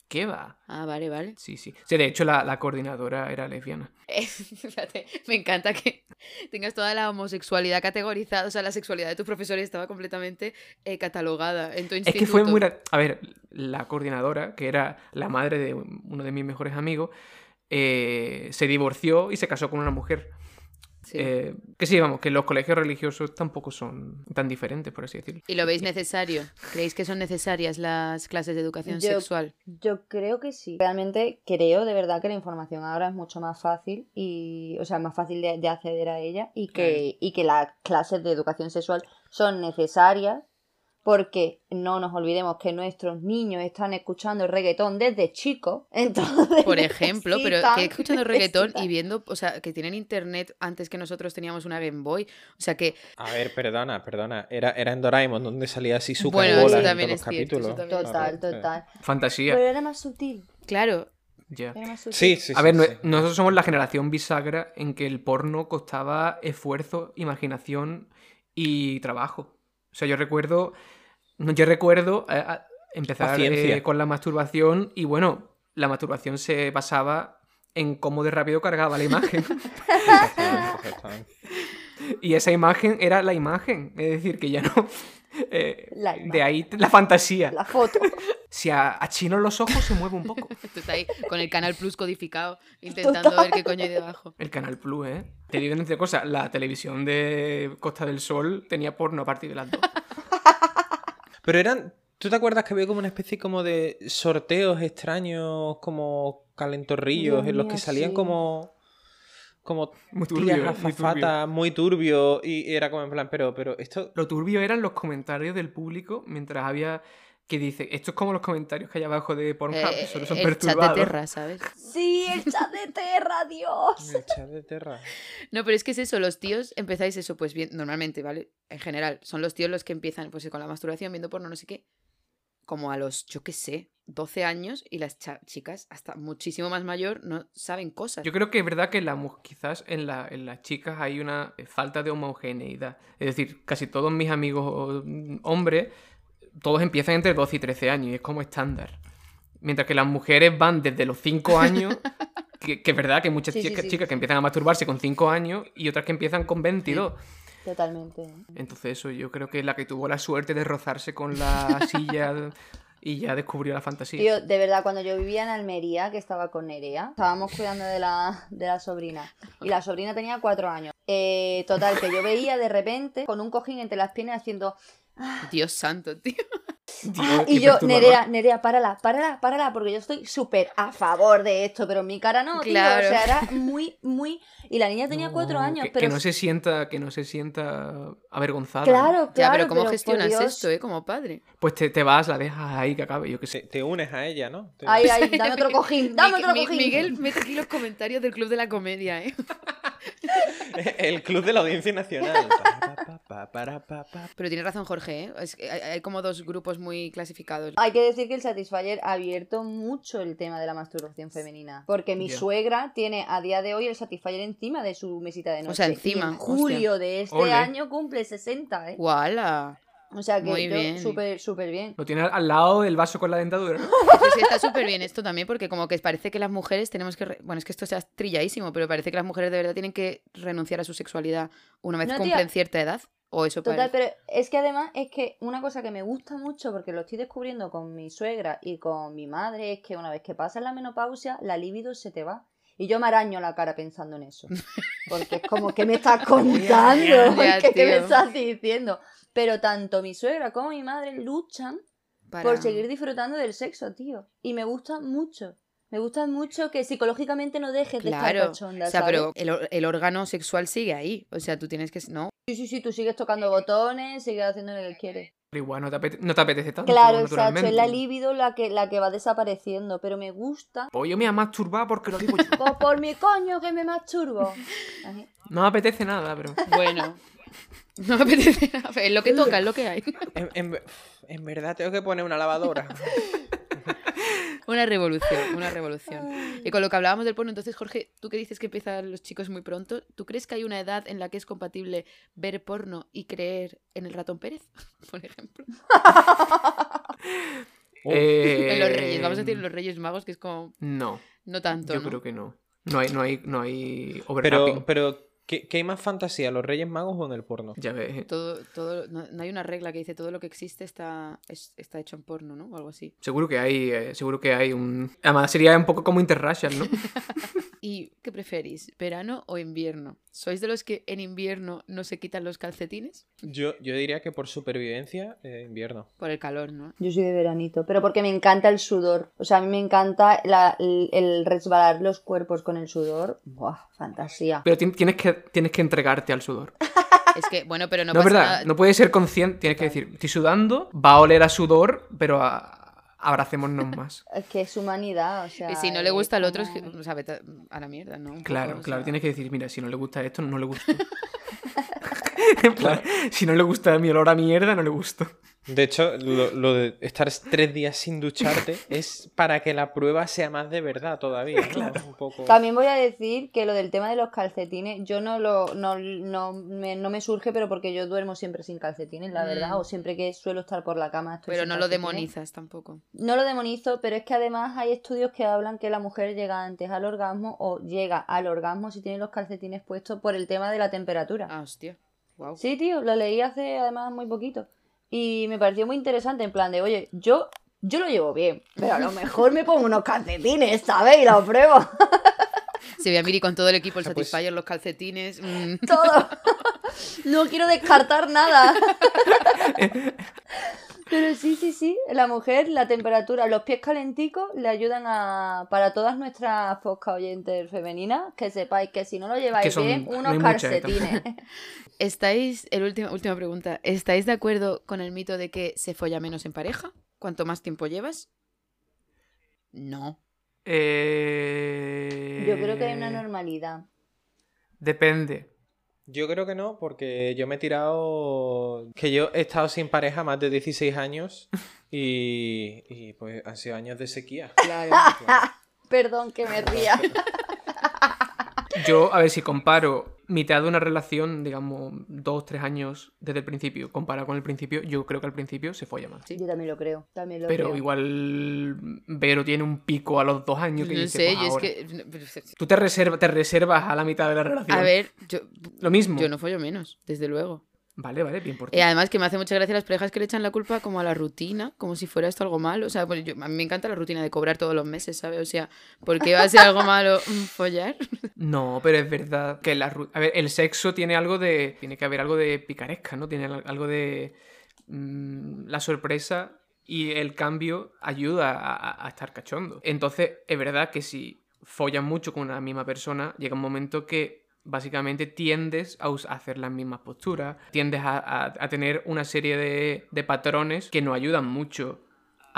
Speaker 4: ¿Qué va?
Speaker 2: Ah, vale, vale.
Speaker 4: Sí, sí. Sí, de hecho la, la coordinadora era lesbiana.
Speaker 2: Eh, fíjate, me encanta que tengas toda la homosexualidad categorizada, o sea, la sexualidad de tus profesores estaba completamente eh, catalogada en tu
Speaker 4: Es
Speaker 2: instituto.
Speaker 4: que fue muy... gra- A ver, la coordinadora, que era la madre de uno de mis mejores amigos, eh, se divorció y se casó con una mujer.
Speaker 2: Sí.
Speaker 4: Eh, que sí, vamos, que los colegios religiosos tampoco son tan diferentes, por así decirlo.
Speaker 2: ¿Y lo veis necesario? ¿Creéis que son necesarias las clases de educación
Speaker 1: Yo-
Speaker 2: sexual?
Speaker 1: Yo creo que sí. Realmente creo de verdad que la información ahora es mucho más fácil y, o sea, más fácil de, de acceder a ella y que, y que las clases de educación sexual son necesarias porque no nos olvidemos que nuestros niños están escuchando reggaetón desde chicos. Entonces,
Speaker 2: Por ejemplo, pero
Speaker 1: necesitan-
Speaker 2: que escuchando reggaetón y
Speaker 1: necesitan-
Speaker 2: viendo, o sea, que tienen internet antes que nosotros teníamos una Game Boy. O sea que,
Speaker 3: todo. A ver, perdona, perdona. Era, era en Doraemon donde salía así su
Speaker 2: Bueno,
Speaker 3: bola
Speaker 2: eso
Speaker 3: en
Speaker 2: también
Speaker 3: todos los
Speaker 2: es cierto, eso
Speaker 3: capítulos.
Speaker 2: también es
Speaker 1: Total, total.
Speaker 4: Fantasía,
Speaker 1: Pero era más sutil.
Speaker 2: claro,
Speaker 4: ya.
Speaker 1: Era más sutil.
Speaker 3: Sí, sí, sí.
Speaker 4: A ver, no-
Speaker 3: sí.
Speaker 4: nosotros somos la generación bisagra en que el porno costaba esfuerzo, imaginación y trabajo. O sea, yo recuerdo, no, yo recuerdo eh, a- empezar
Speaker 3: Paciencia.
Speaker 4: eh, con la masturbación y bueno, la masturbación se basaba en cómo de rápido cargaba la imagen.
Speaker 3: Exactamente, exactamente.
Speaker 4: y esa imagen era la imagen, es decir, que ya no... eh,
Speaker 1: La
Speaker 4: de
Speaker 1: imagen.
Speaker 4: ahí la fantasía.
Speaker 1: La foto.
Speaker 4: Si a, chino los ojos se mueve un poco.
Speaker 2: tú estás ahí con el Canal Plus codificado intentando ver qué coño hay debajo.
Speaker 4: El Canal Plus, ¿eh? Te digo una cosa, la televisión de Costa del Sol tenía porno a partir de las dos.
Speaker 3: Pero eran. ¿Tú te acuerdas que había como una especie como de sorteos extraños, como calentorrillos,
Speaker 1: Dios
Speaker 3: en los
Speaker 1: mío,
Speaker 3: que salían
Speaker 1: sí.
Speaker 3: como. como
Speaker 4: Muy turbio,
Speaker 3: tías
Speaker 4: ¿eh? muy turbio.
Speaker 3: azafatas, muy turbio. Y era como en plan, pero, pero esto.
Speaker 4: Lo turbio eran los comentarios del público mientras había que dice, esto es como los comentarios que hay abajo de Pornhub,
Speaker 2: Eh,
Speaker 4: solo son
Speaker 2: el chat de
Speaker 4: perturbados.
Speaker 2: Terra, ¿sabes?
Speaker 1: Sí, el chat de Terra, Dios.
Speaker 3: El chat de Terra.
Speaker 2: No, pero es que es eso, los tíos empezáis eso, pues bien, normalmente, ¿vale? En general, son los tíos los que empiezan pues con la masturbación, viendo porno, no sé qué, como a los, yo qué sé, 12 años y las cha- chicas, hasta muchísimo más mayor, no saben cosas.
Speaker 4: Yo creo que es verdad que en la mu- quizás en, la- en las chicas hay una eh, falta de homogeneidad. Es decir, casi todos mis amigos o, mm, hombres, todos empiezan entre 12 y 13 años y es como estándar. Mientras que las mujeres van desde los 5 años, que, que es verdad que hay muchas
Speaker 1: Sí, sí,
Speaker 4: chicas,
Speaker 1: sí.
Speaker 4: chicas que empiezan a masturbarse con 5 años y otras que empiezan con 22.
Speaker 1: Totalmente.
Speaker 4: Entonces eso, yo creo que es la que tuvo la suerte de rozarse con la silla y ya descubrió la fantasía.
Speaker 1: Tío, de verdad, cuando yo vivía en Almería, que estaba con Nerea, estábamos cuidando de la, de la sobrina. Y la sobrina tenía cuatro años. Eh, total, que yo veía de repente con un cojín entre las piernas haciendo.
Speaker 2: Dios santo, tío.
Speaker 4: Tío,
Speaker 1: "Ah",
Speaker 4: qué
Speaker 1: y yo,
Speaker 4: perturbador.
Speaker 1: Nerea, Nerea, párala, párala, párala, porque yo estoy súper a favor de esto, pero mi cara no, tío.
Speaker 2: Claro.
Speaker 1: O sea, era muy, muy. Y la niña tenía
Speaker 4: No,
Speaker 1: cuatro años,
Speaker 4: que,
Speaker 1: pero.
Speaker 4: que no se sienta que no se sienta avergonzada
Speaker 1: Claro, claro.
Speaker 2: ya, pero ¿cómo
Speaker 1: por
Speaker 2: gestionas
Speaker 1: Dios.
Speaker 2: esto, eh? Como padre.
Speaker 4: pues te, te vas la dejas ahí que acabe yo qué
Speaker 3: Te,
Speaker 4: sé
Speaker 3: te unes a ella, ¿no? Te-
Speaker 1: Ay, ay, dame otro cojín, dame
Speaker 2: Mi-
Speaker 1: otro
Speaker 2: mi-
Speaker 1: cojín.
Speaker 2: Miguel, mete aquí los comentarios del Club de la Comedia, ¿eh?
Speaker 3: El club de la audiencia nacional. Pa, pa, pa, para, pa, pa.
Speaker 2: Pero tiene razón Jorge, ¿eh? Es que hay, hay como dos grupos muy clasificados.
Speaker 1: Hay que decir que el Satisfyer ha abierto mucho el tema de la masturbación femenina. Porque mi
Speaker 4: Ya.
Speaker 1: suegra tiene a día de hoy el Satisfyer encima de su mesita de noche.
Speaker 2: O sea,
Speaker 1: Y
Speaker 2: encima,
Speaker 1: en julio de este
Speaker 4: Ole.
Speaker 1: año cumple 60, ¿eh?
Speaker 2: ¡Guala!
Speaker 1: O sea
Speaker 2: Muy
Speaker 1: que yo
Speaker 2: bien.
Speaker 1: súper, súper bien.
Speaker 4: lo tienes al lado del vaso con la dentadura ¿no?
Speaker 2: Pues está súper bien esto también, porque como que parece que las mujeres tenemos que. re- Bueno, es que esto sea trilladísimo, pero parece que las mujeres de verdad tienen que renunciar a su sexualidad una vez
Speaker 1: No, tía.
Speaker 2: cumplen cierta edad. O eso
Speaker 1: Total,
Speaker 2: parece.
Speaker 1: pero es que además es que una cosa que me gusta mucho, porque lo estoy descubriendo con mi suegra y con mi madre, es que una vez que pasas la menopausia, la libido se te va. Y yo me araño la cara pensando en eso. Porque es como, ¿qué me estás contando?
Speaker 2: Ya,
Speaker 1: ¿Qué, qué me
Speaker 2: tío.
Speaker 1: estás diciendo? Pero tanto mi suegra como mi madre luchan
Speaker 2: Para-
Speaker 1: por seguir disfrutando del sexo, tío. Y me gusta mucho. Me gusta mucho que psicológicamente no dejes de estar
Speaker 2: Claro.
Speaker 1: cachonda,
Speaker 2: o sea,
Speaker 1: ¿sabes?
Speaker 2: pero el, or- el órgano sexual sigue ahí. O sea, tú tienes que. No.
Speaker 1: Sí, sí, sí, tú sigues tocando botones, sigues haciendo lo que quieres.
Speaker 4: pero igual no te, apete- no te apetece tanto
Speaker 1: Claro, exacto.
Speaker 4: naturalmente
Speaker 1: Es la libido la que, la que va desapareciendo, pero me gusta.
Speaker 4: pues yo me voy a masturbar porque lo digo yo
Speaker 1: Pues por mi coño que me masturbo. Así.
Speaker 4: no me apetece nada pero
Speaker 2: Bueno. No me apetece nada, Es lo que toca, es lo que hay.
Speaker 3: En, en ve- en verdad tengo que poner una lavadora.
Speaker 2: Una revolución, una revolución. Y con lo que hablábamos del porno, entonces, Jorge, tú que dices que empiezan los chicos muy pronto, ¿tú crees que hay una edad en la que es compatible ver porno y creer en el ratón Pérez, por ejemplo?
Speaker 4: Eh,
Speaker 2: En los Reyes, vamos a decir en los Reyes Magos, que es como
Speaker 4: no
Speaker 2: no tanto.
Speaker 4: Em, yo
Speaker 2: ¿no?
Speaker 4: creo que no no hay no hay no hay
Speaker 3: Pero,
Speaker 4: overlapping
Speaker 3: pero ¿qué, qué hay más fantasía, los Reyes Magos o en el porno?
Speaker 4: ya ves eh.
Speaker 2: Todo, todo, no, no hay una regla que dice todo lo que existe está, es- está hecho en porno, ¿no? O algo así.
Speaker 4: seguro que hay eh, seguro que hay un además sería un poco como interracial no
Speaker 2: ¿Y qué preferís, verano o invierno? ¿Sois de los que en invierno no se quitan los calcetines?
Speaker 3: Yo, yo diría que por supervivencia, eh, invierno.
Speaker 2: Por el calor, ¿no?
Speaker 1: Yo soy de veranito, pero porque me encanta el sudor. O sea, a mí me encanta la- el, el resbalar los cuerpos con el sudor. Buah, fantasía.
Speaker 4: pero ti- tienes que tienes que entregarte al sudor
Speaker 2: Es que, bueno, pero no,
Speaker 4: No, es
Speaker 2: pasa
Speaker 4: verdad,
Speaker 2: nada.
Speaker 4: no puedes ser consciente, tienes que decir, estoy sudando, va a oler a sudor, pero a- abracémonos más.
Speaker 1: Es que es humanidad, o sea.
Speaker 2: Y si no le
Speaker 1: es
Speaker 2: gusta al otro, es
Speaker 1: como-
Speaker 2: que, o sea, vete a- a la mierda, ¿no? Un
Speaker 4: Claro,
Speaker 2: poco, o
Speaker 4: claro,
Speaker 2: sea.
Speaker 4: tienes que decir, mira, si no le gusta esto, no le gusta. si no le gusta mi olor a mierda, no le gusta.
Speaker 3: De hecho, lo, lo de estar tres días sin ducharte es para que la prueba sea más de verdad todavía, ¿no? Un poco...
Speaker 1: También voy a decir que lo del tema de los calcetines, yo no lo no, no, me, no me surge, pero porque yo duermo siempre sin calcetines, la verdad,
Speaker 2: Mm.
Speaker 1: o siempre que suelo estar por la cama. Estoy
Speaker 2: Pero
Speaker 1: sin
Speaker 2: no lo
Speaker 1: calcetines.
Speaker 2: demonizas tampoco.
Speaker 1: No lo demonizo, pero es que además hay estudios que hablan que la mujer llega antes al orgasmo o llega al orgasmo si tiene los calcetines puestos por el tema de la temperatura.
Speaker 2: Ah, hostia. Wow.
Speaker 1: Sí, tío, lo leí hace además muy poquito. Y me pareció muy interesante en plan de, oye, yo, yo lo llevo bien, pero a lo mejor me pongo unos calcetines, ¿sabes? Y lo pruebo
Speaker 2: Se ve a Miri con todo el equipo, el
Speaker 3: Ah, pues-
Speaker 2: Satisfyer, los calcetines. mm.
Speaker 1: todo. No quiero descartar nada. Pero sí, sí, sí, la mujer, la temperatura, los pies calenticos le ayudan a... Para todas nuestras podcast oyentes femeninas, que sepáis que si no lo lleváis
Speaker 4: Que son-
Speaker 1: bien,
Speaker 4: no
Speaker 1: unos
Speaker 4: hay muchas, ¿eh?
Speaker 1: calcetines.
Speaker 2: ¿Estáis, el último, última pregunta, ¿estáis de acuerdo con el mito de que se folla menos en pareja? cuanto más tiempo llevas? No.
Speaker 4: Eh,
Speaker 1: Yo creo que hay una normalidad.
Speaker 4: Depende.
Speaker 3: Yo creo que no, porque yo me he tirado. Que yo he estado sin pareja más de 16 años y. y, pues han sido años de sequía.
Speaker 2: Claro.
Speaker 1: Perdón que me ría.
Speaker 4: Yo, a ver, si comparo mitad de una relación, digamos, dos, tres años desde el principio, comparado con el principio, yo creo que al principio se folla más.
Speaker 2: Sí.
Speaker 1: Yo también lo creo. También lo
Speaker 4: Pero
Speaker 1: creo.
Speaker 4: igual Vero tiene un pico a los dos años que
Speaker 2: no
Speaker 4: dice,
Speaker 2: sé,
Speaker 4: "Pues
Speaker 2: yo es
Speaker 4: ahora".
Speaker 2: que.
Speaker 4: Tú te, reserva, te reservas a la mitad de la relación.
Speaker 2: A ver, yo,
Speaker 4: Lo mismo.
Speaker 2: yo no follo menos, desde luego.
Speaker 4: Vale, vale, bien por ti.
Speaker 2: Y además que me hace mucha gracia las parejas que le echan la culpa como a la rutina, como si fuera esto algo malo. O sea, pues yo- a mí me encanta la rutina de cobrar todos los meses, ¿sabes? O sea, ¿por qué va a ser algo malo mm, follar?
Speaker 4: No, pero es verdad que la ru- a ver, el sexo tiene algo de tiene que haber algo de picaresca, ¿no? Tiene al- algo de mm, la sorpresa y el cambio ayuda a- a, a estar cachondo. Entonces, es verdad que si follas mucho con una misma persona, llega un momento que básicamente tiendes a us- a hacer las mismas posturas, tiendes a, a- a tener una serie de, de patrones que nos ayudan mucho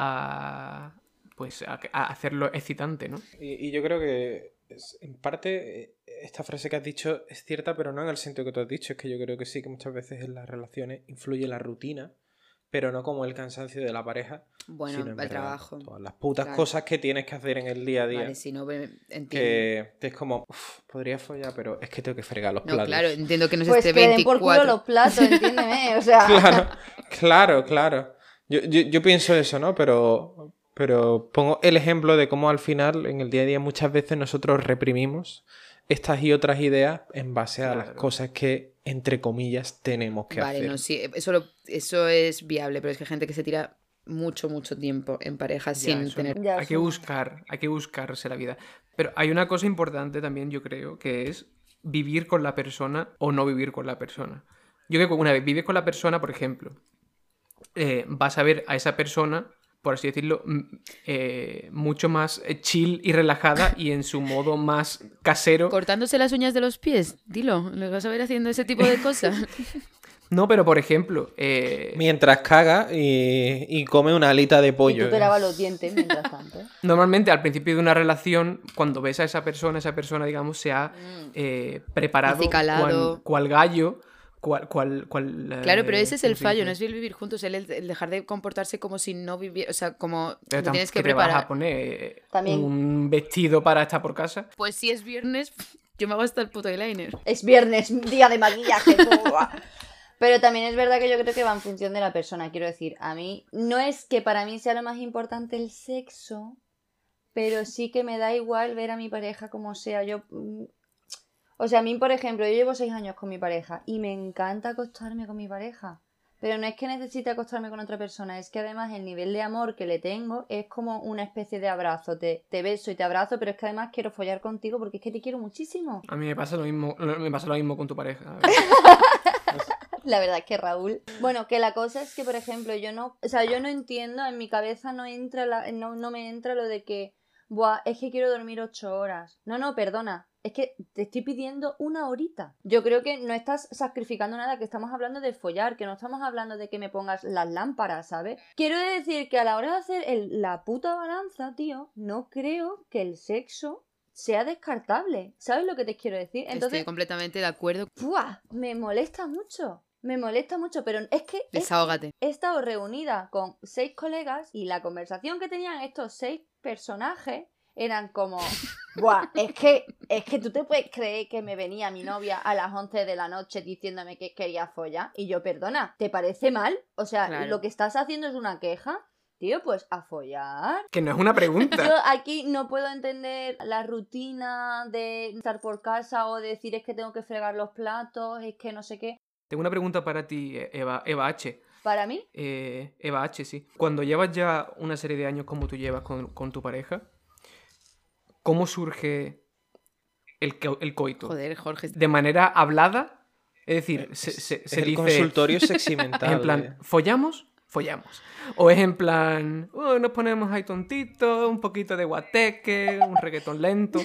Speaker 4: a pues a, a hacerlo excitante, ¿no?
Speaker 3: Y, y yo creo que, es- en parte, eh, esta frase que has dicho es cierta, pero no en el sentido que tú has dicho. Es que yo creo que sí, que muchas veces en las relaciones influye la rutina, pero no como el cansancio de la pareja.
Speaker 2: Bueno,
Speaker 3: sino en
Speaker 2: para el
Speaker 3: verdad,
Speaker 2: trabajo.
Speaker 3: Todas las putas
Speaker 2: Claro.
Speaker 3: cosas que tienes que hacer en el día a día.
Speaker 2: Vale, si no, me- entiendo.
Speaker 3: que es como, "Uf, podría follar, pero es que tengo que fregar los
Speaker 2: No,
Speaker 3: platos.
Speaker 2: claro, entiendo que no es
Speaker 1: Pues
Speaker 2: este
Speaker 1: que den por culo
Speaker 2: 24.
Speaker 1: los platos, entiéndeme. O sea,
Speaker 3: Claro, claro, claro. Yo, yo- yo pienso eso, ¿no? Pero, pero pongo el ejemplo de cómo al final, en el día a día, muchas veces nosotros reprimimos estas y otras ideas en base a las
Speaker 4: Claro.
Speaker 3: cosas que, entre comillas, tenemos que
Speaker 2: Vale,
Speaker 3: hacer.
Speaker 2: no, sí, eh, eso, lo- eso es viable, pero es que hay gente que se tira mucho, mucho tiempo en pareja
Speaker 4: Ya,
Speaker 2: sin
Speaker 4: eso
Speaker 2: tener...
Speaker 4: no.
Speaker 1: Ya,
Speaker 4: hay que
Speaker 1: eso no.
Speaker 4: buscar, hay que buscarse la vida. Pero hay una cosa importante también, yo creo, que es vivir con la persona o no vivir con la persona. Yo creo que una vez vives con la persona, por ejemplo, eh, vas a ver a esa persona, por así decirlo, mm, eh, mucho más eh, chill y relajada y en su modo más casero.
Speaker 2: Cortándose las uñas de los pies, dilo, ¿los vas a ver haciendo ese tipo de cosas?
Speaker 4: No, pero por ejemplo, eh,
Speaker 3: Mientras caga y, y come una alita de
Speaker 1: y
Speaker 3: pollo.
Speaker 1: tú te
Speaker 4: eh.
Speaker 1: lavas los dientes mientras tanto. ¿eh?
Speaker 4: Normalmente al principio de una relación, cuando ves a esa persona, esa persona, digamos, se ha eh, preparado
Speaker 2: Mm. Acicalado.
Speaker 4: cual, cual gallo, cual... cual, cual, eh,
Speaker 2: Claro, pero ese es
Speaker 4: ¿cómo
Speaker 2: el
Speaker 4: se
Speaker 2: fallo,
Speaker 4: dice?
Speaker 2: no es el vivir juntos, el, el dejar de comportarse como si no viviera, o sea, como
Speaker 4: Pero
Speaker 2: te
Speaker 4: tam-
Speaker 2: tienes que
Speaker 4: te vas a
Speaker 2: preparar.
Speaker 4: poner eh,
Speaker 1: También-
Speaker 4: un vestido para estar por casa.
Speaker 2: Pues si es viernes, yo me hago hasta el puto eyeliner.
Speaker 1: Es viernes, día de maquillaje. buah. Pero también es verdad que yo creo que va en función de la persona. Quiero decir, a mí no es que para mí sea lo más importante el sexo, pero sí que me da igual ver a mi pareja como sea. Yo, mm, o sea, a mí, por ejemplo, yo llevo seis años con mi pareja y me encanta acostarme con mi pareja. Pero no es que necesite acostarme con otra persona, es que además el nivel de amor que le tengo es como una especie de abrazo. Te, te beso y te abrazo, pero es que además quiero follar contigo porque es que te quiero muchísimo.
Speaker 4: A mí me pasa lo mismo, me pasa lo mismo con tu pareja.
Speaker 1: La verdad es que Raúl. Bueno, que la cosa es que, por ejemplo, yo no, o sea, yo no entiendo, en mi cabeza no entra la, no, no me entra lo de que, buah, es que quiero dormir ocho horas. No, no, perdona. Es que te estoy pidiendo una horita. Yo creo que no estás sacrificando nada, que estamos hablando de follar, que no estamos hablando de que me pongas las lámparas, ¿sabes? Quiero decir que a la hora de hacer el- la puta balanza, tío, no creo que el sexo sea descartable. ¿Sabes lo que te quiero decir?
Speaker 2: Estoy completamente de acuerdo.
Speaker 1: ¡Buah! Me molesta mucho. Me molesta mucho, pero es que he,
Speaker 2: Desahógate.
Speaker 1: he estado reunida con seis colegas y la conversación que tenían estos seis personajes eran como, ¡buah! Es que, es que tú te puedes creer que me venía mi novia a las 11 de la noche diciéndome que quería follar. Y yo, perdona, ¿te parece mal? O sea,
Speaker 2: Claro.
Speaker 1: lo que estás haciendo es una queja. Tío, pues a follar.
Speaker 4: que no es una
Speaker 1: Yo
Speaker 4: pregunta.
Speaker 1: aquí no puedo entender la rutina de estar por casa o decir es que tengo que fregar los platos, es que no sé qué.
Speaker 4: Tengo una pregunta para ti, eh, Eva, Eva H.
Speaker 1: Para mí,
Speaker 4: Eh, Eva H, sí. Cuando llevas ya una serie de años como tú llevas con, con tu pareja, ¿cómo surge el, co- el coito?
Speaker 2: Joder, Jorge.
Speaker 4: ¿De manera hablada? Es decir,
Speaker 3: Eh, Es-
Speaker 4: se, se-
Speaker 3: es
Speaker 4: se
Speaker 3: el eh.
Speaker 4: dice...
Speaker 3: consultorio
Speaker 4: es
Speaker 3: seximental.
Speaker 4: en plan, ¿follamos? Follamos. O es en plan, "Oh, nos ponemos ahí tontitos, un poquito de guateque, un reggaetón lento.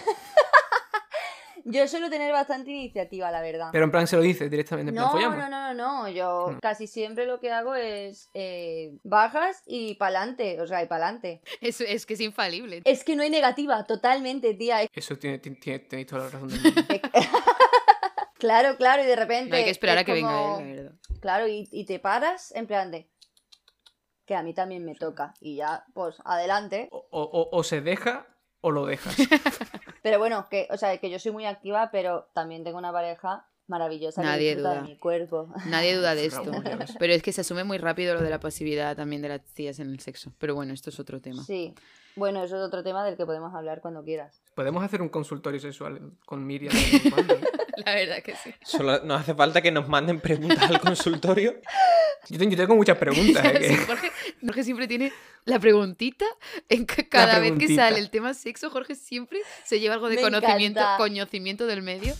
Speaker 1: Yo suelo tener bastante iniciativa, la verdad.
Speaker 4: Pero en plan se lo dices directamente, en plan
Speaker 1: No, no,
Speaker 4: follamos.
Speaker 1: no, no, no. Yo
Speaker 2: Mm.
Speaker 4: No.
Speaker 1: casi siempre lo que hago es eh, bajas y pa'lante, o sea, y pa'lante.
Speaker 2: Es, es que es infalible.
Speaker 1: Es que no hay negativa, totalmente, tía. Es-
Speaker 4: Eso tiene, tiene, tiene- tenéis toda la razón del mundo.
Speaker 1: Claro, claro, y de repente.
Speaker 2: No hay que esperar
Speaker 1: es
Speaker 2: a que venga
Speaker 1: como-
Speaker 2: él, la verdad.
Speaker 1: Claro, y, y te paras en plan de. Que a mí también me toca. Y ya, pues, adelante.
Speaker 4: O, o- o se deja o lo dejas.
Speaker 1: Pero bueno, que, o sea, que yo soy muy activa, pero también tengo una pareja maravillosa que
Speaker 2: Nadie
Speaker 1: disfruta de
Speaker 2: duda.
Speaker 1: mi cuerpo.
Speaker 2: Nadie duda de esto.
Speaker 4: Bravo, Ah, ya ves.
Speaker 2: Pero es que se asume muy rápido lo de la pasividad también de las tías en el sexo. Pero bueno, esto es otro tema.
Speaker 1: Sí. Bueno, eso es otro tema del que podemos hablar cuando quieras.
Speaker 4: Podemos hacer un consultorio sexual con Miriam. de vez en cuando, ¿eh?
Speaker 2: La verdad que sí.
Speaker 3: Solo nos hace falta que nos manden preguntas al consultorio.
Speaker 4: Yo, te- yo tengo muchas preguntas. ¿eh? que-
Speaker 2: Jorge, Jorge siempre tiene la preguntita en que cada vez que
Speaker 4: preguntita.
Speaker 2: sale el tema sexo, Jorge siempre se lleva algo de
Speaker 1: Me
Speaker 2: conocimiento,
Speaker 1: encanta.
Speaker 2: conocimiento del medio.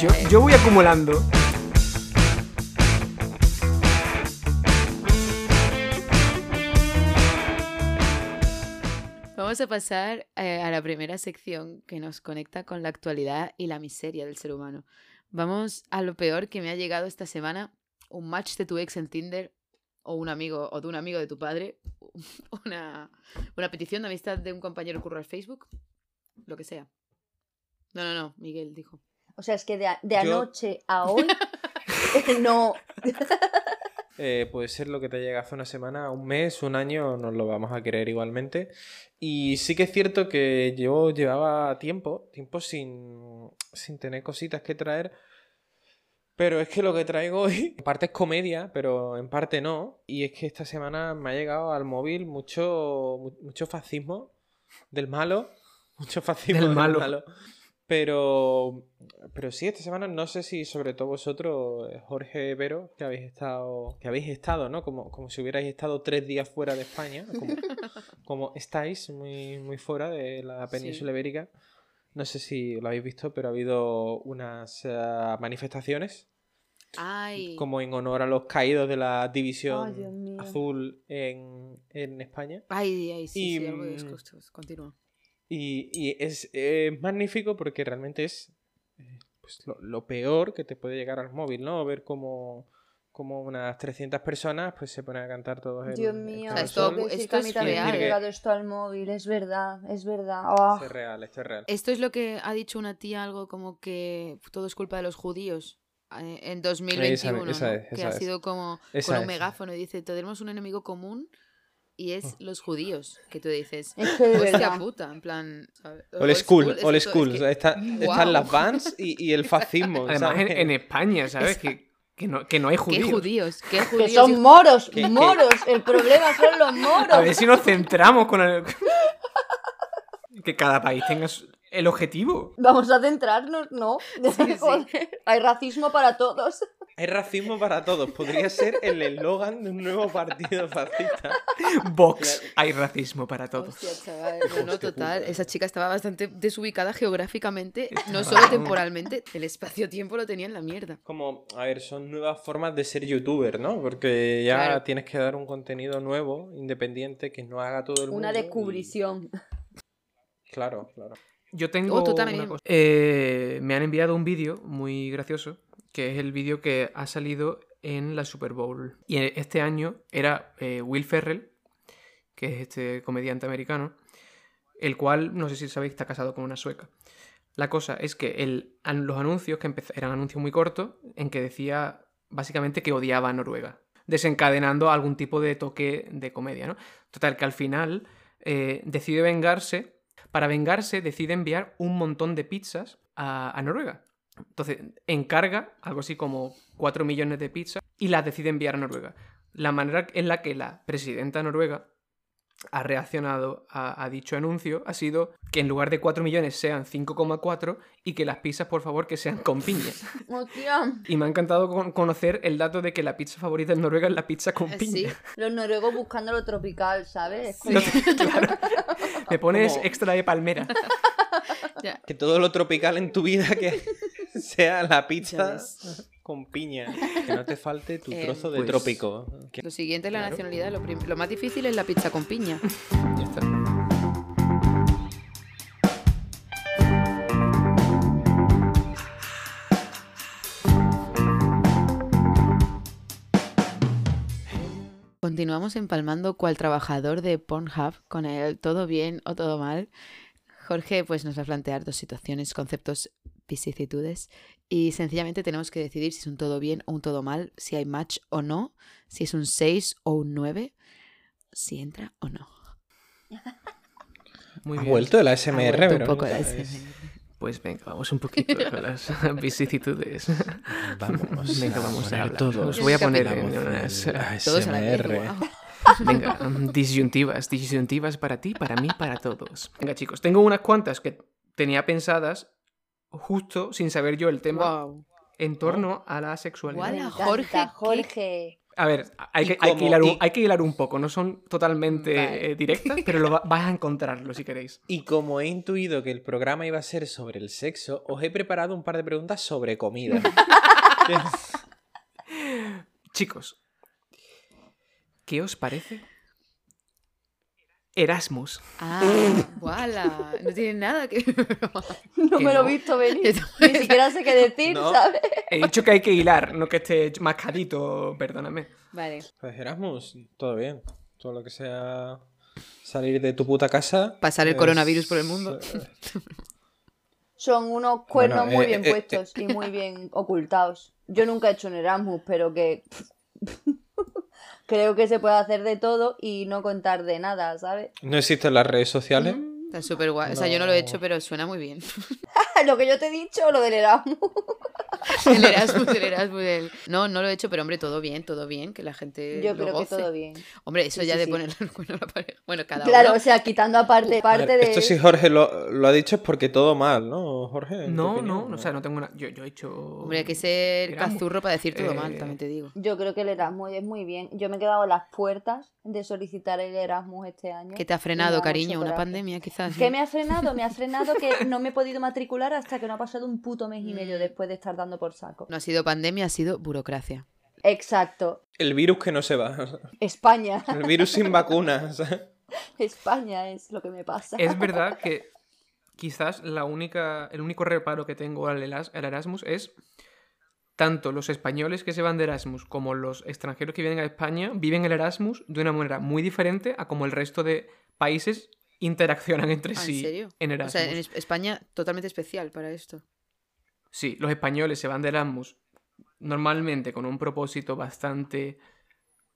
Speaker 4: Yo, yo voy acumulando.
Speaker 3: Pues
Speaker 2: Vamos a pasar eh, a la primera sección que nos conecta con la actualidad y la miseria del ser humano. Vamos a lo peor que me ha llegado esta semana, un match de tu ex en Tinder o un amigo o de un amigo de tu padre, una, una petición de amistad de un compañero curro al Facebook, lo que sea. No, no, no, Miguel dijo.
Speaker 1: O sea, es que de, a- de
Speaker 3: Yo-
Speaker 1: anoche a hoy. no.
Speaker 3: Eh, puede ser lo que te llega hace una semana, un mes, un año, nos lo vamos a querer igualmente. Y sí que es cierto que yo llevaba tiempo, tiempo sin, sin tener cositas que traer. Pero es que lo que traigo hoy, en parte es comedia, pero en parte no. Y es que esta semana me ha llegado al móvil mucho, mu- mucho fascismo del malo. Mucho fascismo
Speaker 4: Del
Speaker 3: del
Speaker 4: malo.
Speaker 3: malo. Pero, pero sí, esta semana no sé si sobre todo vosotros, eh, Jorge Vero, que habéis estado, que habéis estado, ¿no? Como, como si hubierais estado tres días fuera de España, como, como estáis muy, muy fuera de la península ibérica. No sé si lo habéis visto, pero ha habido unas eh, manifestaciones
Speaker 2: Ay,
Speaker 3: como en honor a los caídos de la
Speaker 1: Ay, Dios
Speaker 3: división
Speaker 1: mío.
Speaker 3: azul en, en España.
Speaker 2: ay, ay, sí,
Speaker 3: Y,
Speaker 2: sí, algo de
Speaker 3: mm,
Speaker 2: disgusto. Continúa.
Speaker 3: Y, y es eh, magnífico porque realmente es eh, pues, lo, lo peor que te puede llegar al móvil, ¿no? Ver cómo, cómo unas 300 personas pues, se ponen a cantar todos el-
Speaker 1: Dios
Speaker 3: el
Speaker 1: mío.
Speaker 2: O sea, esto-
Speaker 1: tengo
Speaker 3: Carrasol.
Speaker 1: que decir
Speaker 2: esto
Speaker 1: que a
Speaker 2: es
Speaker 1: mí también me ha
Speaker 3: real.
Speaker 1: llegado esto al móvil. Es verdad, es verdad. Ah.
Speaker 3: Esto es real, esto es real.
Speaker 2: Esto es lo que ha dicho una tía, algo como que todo es culpa de los judíos eh, en 2021,
Speaker 3: esa
Speaker 2: ¿no?
Speaker 3: es,
Speaker 2: que
Speaker 3: esa
Speaker 2: ha
Speaker 3: es.
Speaker 2: sido como
Speaker 3: Esa
Speaker 2: con un
Speaker 3: es.
Speaker 2: megáfono y dice, tenemos un enemigo común y es
Speaker 3: Mm.
Speaker 2: los judíos, que tú dices,
Speaker 1: Es que de
Speaker 2: hostia
Speaker 1: verdad.
Speaker 2: puta, en plan... ¿sabes?
Speaker 3: Old school,
Speaker 2: es
Speaker 3: old
Speaker 2: que to-
Speaker 3: school.
Speaker 2: es
Speaker 3: o sea,
Speaker 2: que-
Speaker 3: está-
Speaker 2: Guau.
Speaker 3: Están las vans y, y el fascismo.
Speaker 4: Además, en,
Speaker 3: ¿sabes?
Speaker 4: en España, ¿sabes? Que, que no, que no hay
Speaker 2: ¿Qué
Speaker 4: judíos.
Speaker 2: judíos? ¿Qué
Speaker 1: Que
Speaker 2: judíos?
Speaker 1: son moros,
Speaker 3: Que- que-
Speaker 1: moros. El problema son los moros.
Speaker 4: A ver si nos centramos con el... que cada país tenga su- el objetivo.
Speaker 1: Vamos a centrarnos, ¿no?
Speaker 2: sí.
Speaker 1: Joder, Hay racismo para todos.
Speaker 3: Hay racismo para todos. Podría ser el eslogan de un nuevo partido fascista.
Speaker 4: Vox, hay racismo para todos.
Speaker 2: Hostia, chaval. No, no,
Speaker 3: Hostia
Speaker 2: total.
Speaker 3: puta.
Speaker 2: Esa chica estaba bastante desubicada geográficamente, no solo temporalmente, el espacio-tiempo lo tenía en la mierda.
Speaker 3: Como, a ver, son nuevas formas de ser youtuber, ¿no? Porque ya
Speaker 2: Claro.
Speaker 3: tienes que dar un contenido nuevo, independiente, que no haga todo el mundo.
Speaker 1: Una
Speaker 3: y-
Speaker 1: descubrición.
Speaker 3: Claro, claro.
Speaker 4: Yo tengo
Speaker 2: Oh, tú
Speaker 4: una
Speaker 2: también.
Speaker 4: cosa. Eh, me han enviado un vídeo muy gracioso, que es el vídeo que ha salido en la Super Bowl. Y e- este año era eh, Will Ferrell, que es este comediante americano, el cual, no sé si sabéis, está casado con una sueca. La cosa es que el, an- los anuncios, que empez- eran anuncios muy cortos, en que decía básicamente que odiaba a Noruega, desencadenando algún tipo de toque de comedia, ¿no? Total, que al final eh, decide vengarse para vengarse, decide enviar un montón de pizzas a, a Noruega. Entonces, encarga algo así como 4 millones de pizzas y las decide enviar a Noruega. La manera en la que la presidenta noruega ha reaccionado a, a dicho anuncio ha sido que en lugar de 4 millones sean 5,4 y que las pizzas, por favor, que sean con piña.
Speaker 1: Hostia,
Speaker 4: Y me ha encantado con- conocer el dato de que la pizza favorita en Noruega es la pizza con
Speaker 2: Eh,
Speaker 4: piña.
Speaker 1: los noruegos buscando lo tropical, ¿sabes? Es como-
Speaker 4: Entonces, claro, me pones
Speaker 3: Como-
Speaker 4: extra de palmera.
Speaker 3: Que todo lo tropical en tu vida que sea la
Speaker 2: Ya
Speaker 3: pizza
Speaker 2: ves.
Speaker 3: con piña. Que no te falte tu
Speaker 2: Eh,
Speaker 3: trozo de
Speaker 4: pues-
Speaker 3: trópico. Que-
Speaker 2: Lo siguiente es la
Speaker 3: Claro.
Speaker 2: nacionalidad, lo, prim- lo más difícil es la pizza con piña.
Speaker 4: Ya está.
Speaker 2: continuamos empalmando cual trabajador de Pornhub con el todo bien o todo mal. Jorge pues nos va a plantear dos situaciones, conceptos, vicisitudes y sencillamente tenemos que decidir si es un todo bien o un todo mal, si hay match o no, si es un 6 o un 9, si entra o no.
Speaker 4: Muy
Speaker 3: Ha
Speaker 4: bien.
Speaker 3: vuelto Ah, pues el
Speaker 2: Ha
Speaker 3: ASMR,
Speaker 2: vuelto un
Speaker 3: Verónica,
Speaker 2: poco la
Speaker 3: es-
Speaker 2: SMR.
Speaker 4: Pues venga, vamos un poquito con las vicisitudes.
Speaker 3: Vamos.
Speaker 4: Venga, vamos a
Speaker 3: poner
Speaker 4: hablar.
Speaker 3: todos.
Speaker 4: Os voy a poner
Speaker 3: la
Speaker 4: en
Speaker 3: voz del
Speaker 4: unas-
Speaker 2: Todos a la vez,
Speaker 3: ASMR.
Speaker 2: guau.
Speaker 4: Venga, mm, disyuntivas, disyuntivas para ti, para mí, para todos. Venga, chicos, tengo unas cuantas que tenía pensadas justo sin saber yo el tema
Speaker 2: Guau.
Speaker 4: en torno a la sexualidad.
Speaker 1: Me
Speaker 2: Hola,
Speaker 1: encanta,
Speaker 2: Jorge, ¿qué-
Speaker 1: Jorge.
Speaker 4: A ver, hay
Speaker 3: Y
Speaker 4: que, hay que
Speaker 3: como-
Speaker 4: hilar, un-
Speaker 3: y-
Speaker 4: hay que hilar un poco, no son totalmente
Speaker 2: Vale.
Speaker 4: eh, directas, pero lo va- vas a encontrarlo si queréis.
Speaker 3: Y como he intuido que el programa iba a ser sobre el sexo, os he preparado un par de preguntas sobre comida.
Speaker 4: Chicos, ¿qué os parece Erasmus?
Speaker 2: Ah, guala. No tiene nada que
Speaker 1: No
Speaker 4: Que
Speaker 1: me lo
Speaker 4: no.
Speaker 1: he visto venir.
Speaker 2: Eso
Speaker 1: Ni siquiera sé qué decir,
Speaker 3: No.
Speaker 1: ¿sabes?
Speaker 4: He dicho que hay que hilar, no que esté mascadito, perdóname.
Speaker 2: Vale.
Speaker 3: Pues Erasmus, todo bien. Todo lo que sea salir de tu puta casa.
Speaker 2: Pasar el
Speaker 3: es- eh,
Speaker 2: coronavirus por el mundo.
Speaker 1: Son unos cuernos
Speaker 3: Bueno,
Speaker 1: muy
Speaker 3: eh,
Speaker 1: bien
Speaker 3: eh, eh,
Speaker 1: puestos y muy bien ocultados. Yo nunca he hecho un Erasmus, pero que creo que se puede hacer de todo y no contar de nada, ¿sabes?
Speaker 3: No existen las redes sociales.
Speaker 2: Está súper guay. O sea, yo no lo he hecho,
Speaker 3: No.
Speaker 2: pero suena muy bien.
Speaker 1: lo que yo te he dicho, lo del Erasmus.
Speaker 2: El Erasmus, el Erasmus. el- No, no lo he hecho, pero hombre, todo bien, todo bien, que la
Speaker 3: Eh,
Speaker 2: gente.
Speaker 1: Yo
Speaker 2: lo
Speaker 1: creo que
Speaker 2: goce.
Speaker 1: todo bien.
Speaker 2: Hombre, eso
Speaker 1: Sí,
Speaker 2: ya
Speaker 1: sí,
Speaker 2: de
Speaker 1: sí.
Speaker 2: poner el cuerno a la pared. Bueno, cada
Speaker 1: Claro, o
Speaker 2: uno.
Speaker 1: sea, quitando aparte parte
Speaker 3: A ver,
Speaker 1: de...
Speaker 3: Esto sí Jorge lo, lo ha dicho es porque todo mal, ¿no, Jorge? ¿En tu
Speaker 4: No,
Speaker 3: opinión?
Speaker 4: no, o sea, no tengo una. Yo, yo he hecho.
Speaker 2: Hombre, hay que ser
Speaker 4: Erasmus.
Speaker 2: cazurro para decir todo
Speaker 4: Eh,
Speaker 2: mal, también te digo.
Speaker 1: Yo creo que el Erasmus es muy bien. Yo me he quedado a las puertas de solicitar el Erasmus este año.
Speaker 2: ¿Qué te ha
Speaker 1: Y me
Speaker 2: frenado,
Speaker 1: da
Speaker 2: cariño?
Speaker 1: mucho
Speaker 2: ¿Una
Speaker 1: coraje.
Speaker 2: pandemia, quizás?
Speaker 1: ¿Qué me ha frenado? Me ha frenado que no me he podido matricular hasta que no ha pasado un puto mes y medio
Speaker 2: Mm.
Speaker 1: después de estar dando por saco.
Speaker 2: No ha sido pandemia, ha sido burocracia.
Speaker 1: Exacto.
Speaker 3: El virus que no se va.
Speaker 1: España.
Speaker 3: El virus sin vacunas.
Speaker 1: España es lo que me pasa.
Speaker 4: Es verdad que quizás la única, el único reparo que tengo al, Elas- al Erasmus es tanto los españoles que se van de Erasmus como los extranjeros que vienen a España viven el Erasmus de una manera muy diferente a como el resto de países interaccionan entre
Speaker 2: Ah, ¿en
Speaker 4: sí
Speaker 2: serio?
Speaker 4: en
Speaker 2: O
Speaker 4: Erasmus.
Speaker 2: sea, en Es- España totalmente especial para esto.
Speaker 4: Sí, los españoles se van de Erasmus normalmente con un propósito bastante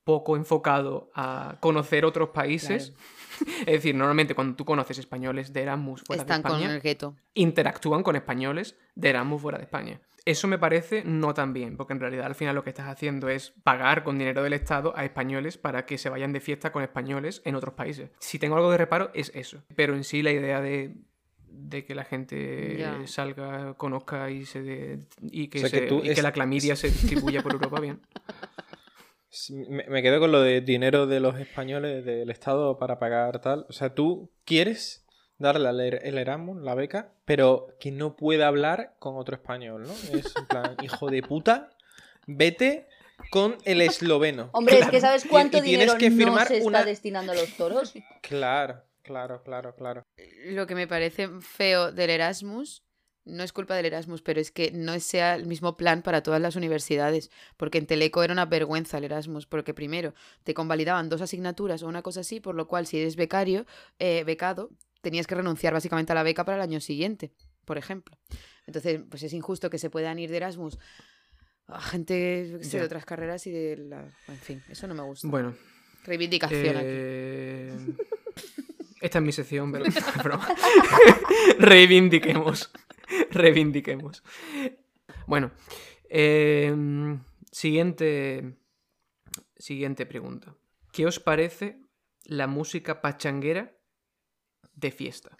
Speaker 4: poco enfocado a conocer otros países. Es decir, normalmente cuando tú conoces españoles de Erasmus fuera
Speaker 2: Están
Speaker 4: Pues de
Speaker 2: con
Speaker 4: España,
Speaker 2: el gueto.
Speaker 4: interactúan con españoles de Erasmus fuera de España. Eso me parece no tan bien, porque en realidad al final lo que estás haciendo es pagar con dinero del Estado a españoles para que se vayan de fiesta con españoles en otros países. Si tengo algo de reparo, es eso. Pero en sí la idea de, de que la gente
Speaker 2: Ya.
Speaker 4: salga, conozca y, se de- y, que,
Speaker 3: O sea,
Speaker 4: se-
Speaker 3: que tú
Speaker 4: y
Speaker 3: es-
Speaker 4: que la clamidia se distribuya por Europa bien.
Speaker 3: Me, me quedo con lo de dinero de los españoles del Estado para pagar tal. O sea, tú quieres darle al er- el Erasmus la beca, pero que no pueda hablar con otro español, ¿no? Es en plan, hijo de puta, vete con el esloveno.
Speaker 1: Hombre, es que ¿sabes
Speaker 3: Y-
Speaker 1: cuánto
Speaker 3: y tienes
Speaker 1: dinero
Speaker 3: que
Speaker 1: no
Speaker 3: firmar
Speaker 1: se está
Speaker 3: una-
Speaker 1: destinando a los toros?
Speaker 3: Claro, claro, claro, claro.
Speaker 2: Lo que me parece feo del Erasmus, no es culpa del Erasmus, pero es que no sea el mismo plan para todas las universidades, porque en Teleco era una vergüenza el Erasmus, porque primero te convalidaban dos asignaturas o una cosa así, por lo cual si eres becario, eh, becado, tenías que renunciar básicamente a la beca para el año siguiente, por ejemplo. Entonces, pues es injusto que se puedan ir de Erasmus a gente yo qué sé,
Speaker 4: Ya.
Speaker 2: de otras carreras y de la... En fin, eso no me gusta.
Speaker 4: Bueno,
Speaker 2: Reivindicación aquí.
Speaker 4: eh, esta es mi sección, pero broma. reivindiquemos, reivindiquemos. Bueno, eh, siguiente, siguiente pregunta. ¿Qué os parece la música pachanguera de fiesta?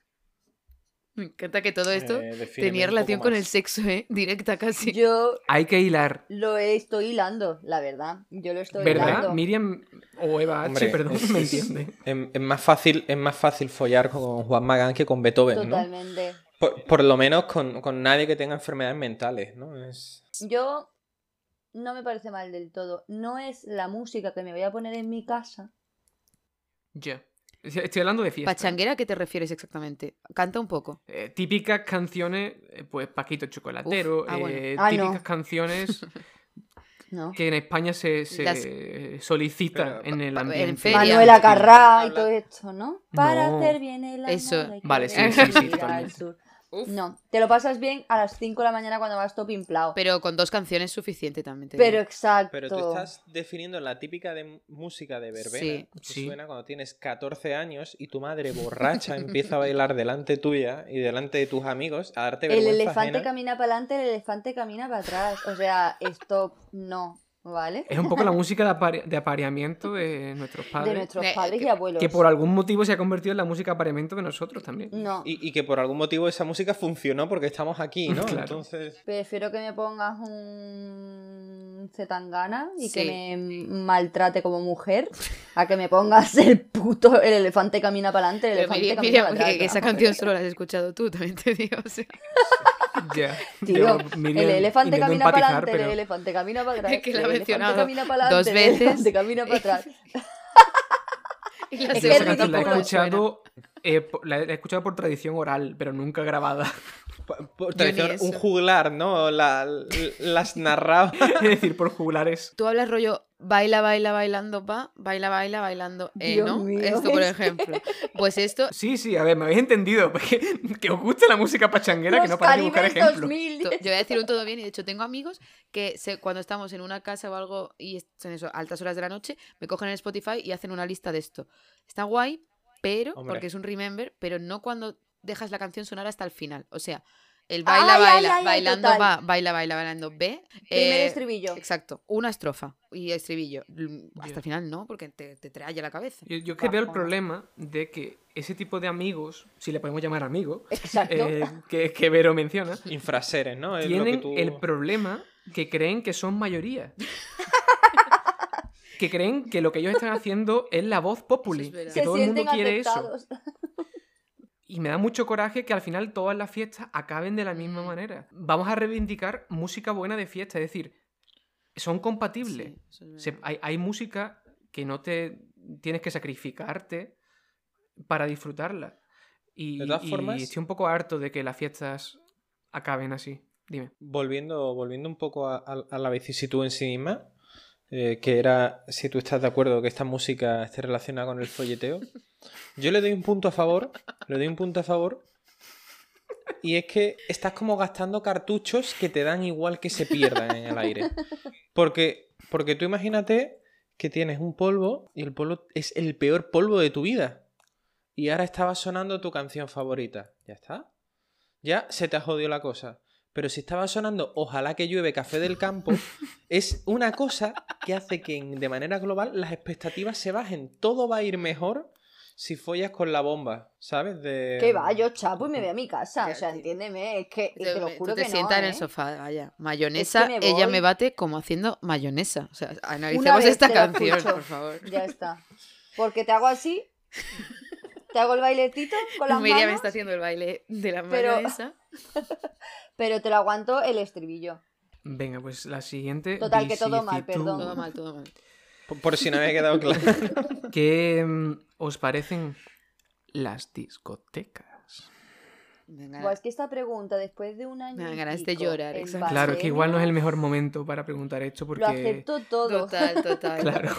Speaker 2: Me encanta que todo esto...
Speaker 3: Eh, defíneme
Speaker 2: Tenía
Speaker 3: un poco
Speaker 2: relación con
Speaker 3: más.
Speaker 2: el sexo, ¿eh? Directa casi.
Speaker 1: Yo
Speaker 4: Hay que hilar,
Speaker 1: lo estoy hilando, la verdad. Yo lo estoy
Speaker 4: ¿verdad?
Speaker 1: hilando.
Speaker 4: Miriam o Eva H,
Speaker 3: Hombre,
Speaker 4: perdón,
Speaker 3: es-
Speaker 4: me
Speaker 3: es-
Speaker 4: entiende.
Speaker 3: Es, es más fácil, es más fácil follar con Juan Magán que con Beethoven, ¿no?
Speaker 1: Totalmente.
Speaker 3: Por, por lo menos con, con nadie que tenga enfermedades mentales, ¿no? Es...
Speaker 1: Yo no me parece mal del todo. No es la música que me voy a poner en mi casa.
Speaker 4: Ya. Estoy hablando de fiesta.
Speaker 2: ¿Pachanguera a qué te refieres exactamente? Canta un poco.
Speaker 4: Eh, típicas canciones, eh, pues Paquito Chocolatero,
Speaker 2: Uf, ah, bueno.
Speaker 4: eh,
Speaker 1: Ah, no.
Speaker 4: típicas canciones
Speaker 2: No.
Speaker 4: que en España se, se
Speaker 2: Las-
Speaker 4: solicita
Speaker 3: Pero,
Speaker 4: en el
Speaker 2: pa-
Speaker 4: ambiente.
Speaker 2: en ferias.
Speaker 1: Manuela Carrá y
Speaker 3: Habla-
Speaker 1: todo esto, ¿no? Para
Speaker 4: No.
Speaker 1: hacer bien el amor
Speaker 2: Eso.
Speaker 1: hay que
Speaker 4: Vale, sí,
Speaker 1: ver
Speaker 4: sí, sí,
Speaker 1: si ir
Speaker 4: totalmente.
Speaker 1: al sur. No, te lo pasas bien a las 5 de la mañana cuando vas todo pimplao. Pero,
Speaker 2: Pero con dos canciones suficiente también. te digo.
Speaker 1: exacto.
Speaker 3: Pero tú estás definiendo la típica de música de verbena
Speaker 2: Sí.
Speaker 3: que
Speaker 4: Sí.
Speaker 3: suena cuando tienes 14 años y tu madre borracha empieza a bailar delante tuya y delante de tus amigos a darte
Speaker 1: El
Speaker 3: vergüenza
Speaker 1: elefante
Speaker 3: ajena.
Speaker 1: camina para adelante, el elefante camina para atrás. O sea, esto no, ¿vale?
Speaker 4: Es un poco la música de, apare- de apareamiento de nuestros padres.
Speaker 1: De nuestros
Speaker 2: De-
Speaker 1: padres
Speaker 2: que-
Speaker 1: y abuelos.
Speaker 4: Que por algún motivo se ha convertido en la música de apareamiento de nosotros también.
Speaker 1: No,
Speaker 3: Y, y que por algún motivo esa música funcionó porque estamos aquí, ¿no?
Speaker 4: Claro.
Speaker 3: Entonces,
Speaker 1: prefiero que me pongas un zetangana y
Speaker 2: Sí.
Speaker 1: que me maltrate como mujer a que me pongas el puto el elefante camina para adelante, el
Speaker 2: Pero
Speaker 1: elefante
Speaker 2: Miri-
Speaker 1: camina
Speaker 2: Miriam,
Speaker 1: para
Speaker 2: que- que
Speaker 1: atrás.
Speaker 2: esa canción solo la has escuchado tú, también te digo. o sea,
Speaker 4: Ya.
Speaker 1: Tío,
Speaker 4: Yo, Miriam,
Speaker 1: el elefante
Speaker 4: intento
Speaker 1: camina para
Speaker 4: empatizar,
Speaker 1: adelante,
Speaker 4: pero-
Speaker 1: el elefante camina para atrás.
Speaker 2: Es que la
Speaker 1: el
Speaker 2: he
Speaker 1: elefante
Speaker 2: mencionado
Speaker 1: camina para adelante,
Speaker 2: dos
Speaker 1: El elefante
Speaker 2: veces.
Speaker 1: camina para atrás.
Speaker 2: y
Speaker 1: Es
Speaker 2: la
Speaker 4: Yo
Speaker 1: que
Speaker 4: esa
Speaker 1: es
Speaker 4: canción la he
Speaker 1: ridículo.
Speaker 4: escuchado, eh, po- la he la he escuchado por tradición oral, pero nunca grabada.
Speaker 3: pa- por traición,
Speaker 2: eso.
Speaker 3: un juglar, ¿no? La- l- las narraba.
Speaker 4: es decir, por jugulares.
Speaker 2: Tú hablas rollo baila, baila, bailando, pa, baila, baila, bailando, eh,
Speaker 1: Dios
Speaker 2: ¿no?
Speaker 1: mío,
Speaker 2: esto, por
Speaker 1: es que-
Speaker 2: ejemplo. Pues esto,
Speaker 4: Sí, sí, a ver, me habéis entendido. porque- que os gusta la música pachanguera, que
Speaker 1: Los
Speaker 4: no para de buscar
Speaker 1: Caribes
Speaker 4: ejemplos.
Speaker 1: 2000.
Speaker 2: to- yo voy a decir un todo bien, y de hecho tengo amigos que se- cuando estamos en una casa o algo y es- son eso, altas horas de la noche, me cogen el Spotify y hacen una lista de esto. Está guay, pero,
Speaker 3: Hombre.
Speaker 2: porque es un remember, pero no cuando dejas la canción sonar hasta el final. O sea, el baila,
Speaker 1: Ay, ay,
Speaker 2: baila,
Speaker 1: ay, ay,
Speaker 2: bailando,
Speaker 1: total.
Speaker 2: va, baila, baila, bailando, ve.
Speaker 1: Primer
Speaker 2: eh,
Speaker 1: estribillo.
Speaker 2: Exacto, una estrofa y estribillo. L- Hasta
Speaker 4: Ya.
Speaker 2: el final no, porque te, te trae la cabeza.
Speaker 4: Yo, yo es que veo el
Speaker 2: Bajona.
Speaker 4: problema de que ese tipo de amigos, si le podemos llamar amigos,
Speaker 1: Exacto.
Speaker 4: eh, que, que Vero menciona,
Speaker 3: Infraseres, ¿no? Es lo que
Speaker 4: tienen
Speaker 3: tú-
Speaker 4: el problema que creen que son mayoría. que creen que lo que ellos están haciendo es la voz populi.
Speaker 2: Eso es verdad.
Speaker 4: que
Speaker 1: Se
Speaker 4: todo el mundo
Speaker 1: sienten
Speaker 4: quiere eso.
Speaker 1: afectados.
Speaker 4: Y me da mucho coraje que al final todas las fiestas acaben de la misma manera. Vamos a reivindicar música buena de fiesta, es decir, son compatibles.
Speaker 2: Sí, eso es
Speaker 3: Mm.
Speaker 4: Se-
Speaker 2: verdad.
Speaker 4: hay, hay música que no te tienes que sacrificarte para disfrutarla. Y,
Speaker 3: De todas
Speaker 4: y
Speaker 3: formas-
Speaker 4: estoy un poco harto de que las fiestas acaben así. Dime.
Speaker 3: Volviendo, volviendo un poco a, a- a la vicisitud en sí misma, eh, que era si tú estás de acuerdo que esta música esté relacionada con el folleteo, yo le doy un punto a favor, le doy un punto a favor, y es que estás como gastando cartuchos que te dan igual que se pierdan en el aire. Porque, porque tú imagínate que tienes un polvo y el polvo es el peor polvo de tu vida. Y ahora estaba sonando tu canción favorita. Ya está. Ya se te ha jodido la cosa. Pero si estaba sonando Ojalá que llueve café del campo, es una cosa que hace que en- de manera global las expectativas se bajen. Todo va a ir mejor si follas con la bomba, ¿sabes?
Speaker 4: Eh,
Speaker 3: De...
Speaker 1: Que va, yo chapo y me voy a mi casa.
Speaker 2: Ya,
Speaker 1: o sea,
Speaker 2: tío.
Speaker 1: entiéndeme, es que, es que lo
Speaker 2: Tú
Speaker 1: juro
Speaker 2: te
Speaker 1: que no.
Speaker 2: sientas en
Speaker 1: ¿eh?
Speaker 2: el sofá, vaya. Mayonesa,
Speaker 1: me
Speaker 2: ella
Speaker 1: voy.
Speaker 2: me bate como haciendo mayonesa. O sea, analicemos
Speaker 1: vez
Speaker 2: esta
Speaker 1: te la
Speaker 2: canción,
Speaker 1: escucho.
Speaker 2: por favor.
Speaker 1: Ya está. Porque te hago así, te hago el bailecito con las
Speaker 2: Miriam
Speaker 1: manos,
Speaker 2: está haciendo el baile de la
Speaker 1: pero-
Speaker 2: mayonesa.
Speaker 1: pero te lo aguanto el estribillo.
Speaker 4: Venga, pues la siguiente.
Speaker 1: Total, que todo mal,
Speaker 4: vicisitud.
Speaker 1: perdón.
Speaker 2: Todo mal, todo mal.
Speaker 3: Por, por si no había quedado claro.
Speaker 4: ¿Qué mm, os parecen las discotecas?
Speaker 2: Venga,
Speaker 1: Pues es que esta pregunta, después de un año.
Speaker 2: Me dan
Speaker 1: y
Speaker 2: ganas de
Speaker 1: pico
Speaker 2: llorar,
Speaker 1: en
Speaker 2: exacto.
Speaker 4: Claro, es que igual no es el
Speaker 1: pandemia,
Speaker 4: mejor momento para preguntar esto porque.
Speaker 1: Lo acepto todo.
Speaker 2: total, total.
Speaker 4: Claro,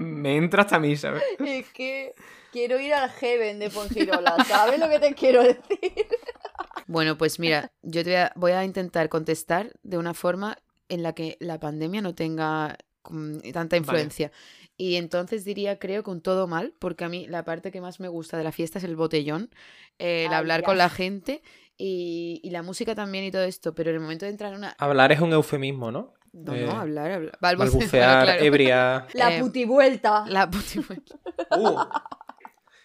Speaker 4: me entra hasta a mí, ¿sabes?
Speaker 1: Es que quiero ir al Heaven de Fongirola. ¿Sabes lo que te quiero decir?
Speaker 2: Bueno, pues mira, yo te voy a, voy a intentar contestar de una forma en la que la pandemia no tenga mm, tanta influencia. Y entonces diría, creo que un todo mal, porque a mí la parte que más me gusta de la fiesta es el botellón, eh, el
Speaker 1: Ay,
Speaker 2: hablar
Speaker 1: ya.
Speaker 2: con la gente y, y la música también y todo esto, pero en el momento de entrar en una...
Speaker 3: Hablar es un eufemismo, ¿no?
Speaker 2: No,
Speaker 3: Eh,
Speaker 2: no, hablar, hablar. balbucear,
Speaker 3: Balbucear,
Speaker 2: claro.
Speaker 3: ebria.
Speaker 1: La
Speaker 2: Eh,
Speaker 1: putivuelta.
Speaker 2: La puti-
Speaker 3: Uh,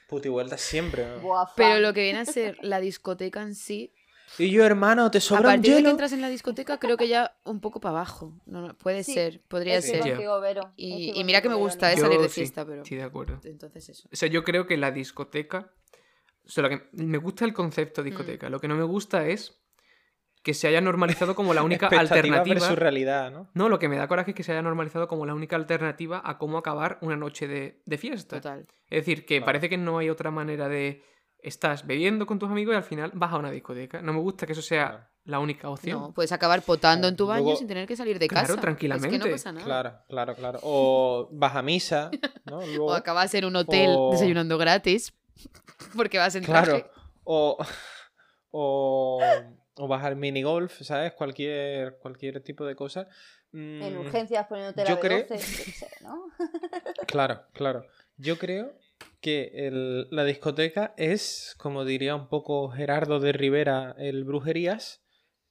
Speaker 3: puti vuelta siempre. ¿no?
Speaker 1: Buah, fan.
Speaker 2: Pero lo que viene a ser la discoteca en sí,
Speaker 3: Y yo, hermano, te
Speaker 2: a
Speaker 3: sobra un
Speaker 2: partir de que
Speaker 3: hielo?
Speaker 2: entras en la discoteca, creo que ya un poco para abajo. No, no, puede
Speaker 1: Sí,
Speaker 2: ser, podría
Speaker 1: Estoy
Speaker 2: ser.
Speaker 4: Sí.
Speaker 1: contigo, Vero.
Speaker 2: Y-
Speaker 1: Estoy
Speaker 2: y mira que me
Speaker 1: contigo,
Speaker 2: gusta
Speaker 1: Verónica.
Speaker 2: de salir de
Speaker 4: sí,
Speaker 2: fiesta, pero-
Speaker 4: Sí, de acuerdo.
Speaker 2: Entonces eso.
Speaker 4: O sea, yo creo que la discoteca. O sea, lo que me gusta el concepto de
Speaker 3: Mm.
Speaker 4: discoteca. Lo que no me gusta es que se haya normalizado como la única
Speaker 3: Expectativa versus
Speaker 4: alternativa.
Speaker 3: realidad, ¿no?
Speaker 4: No, lo que me da coraje es que se haya normalizado como la única alternativa a cómo acabar una noche de, de fiesta.
Speaker 2: Total.
Speaker 4: Es decir, que
Speaker 3: Claro.
Speaker 4: parece que no hay otra manera de. Estás bebiendo con tus amigos y al final vas a una discoteca. No me gusta que eso sea
Speaker 3: Claro.
Speaker 4: la única opción.
Speaker 2: No, puedes acabar potando en tu baño
Speaker 3: Luego-
Speaker 2: sin tener que salir de
Speaker 4: Claro,
Speaker 2: casa. Es que
Speaker 4: tranquilamente.
Speaker 2: no pasa nada.
Speaker 3: Claro, claro, claro. O vas a misa, ¿no? Luego,
Speaker 2: O acabas en un hotel
Speaker 3: O-
Speaker 2: desayunando gratis porque vas en traje.
Speaker 3: claro. O, o, o vas al minigolf, ¿sabes? Cualquier, cualquier tipo de cosa. Mm,
Speaker 1: En urgencias poniéndote
Speaker 3: yo
Speaker 1: la
Speaker 3: creo-
Speaker 1: B12, yo qué sé, ¿no?
Speaker 3: Claro, claro. Yo creo que el- la discoteca es, como diría un poco Gerardo de Rivera, el brujerías,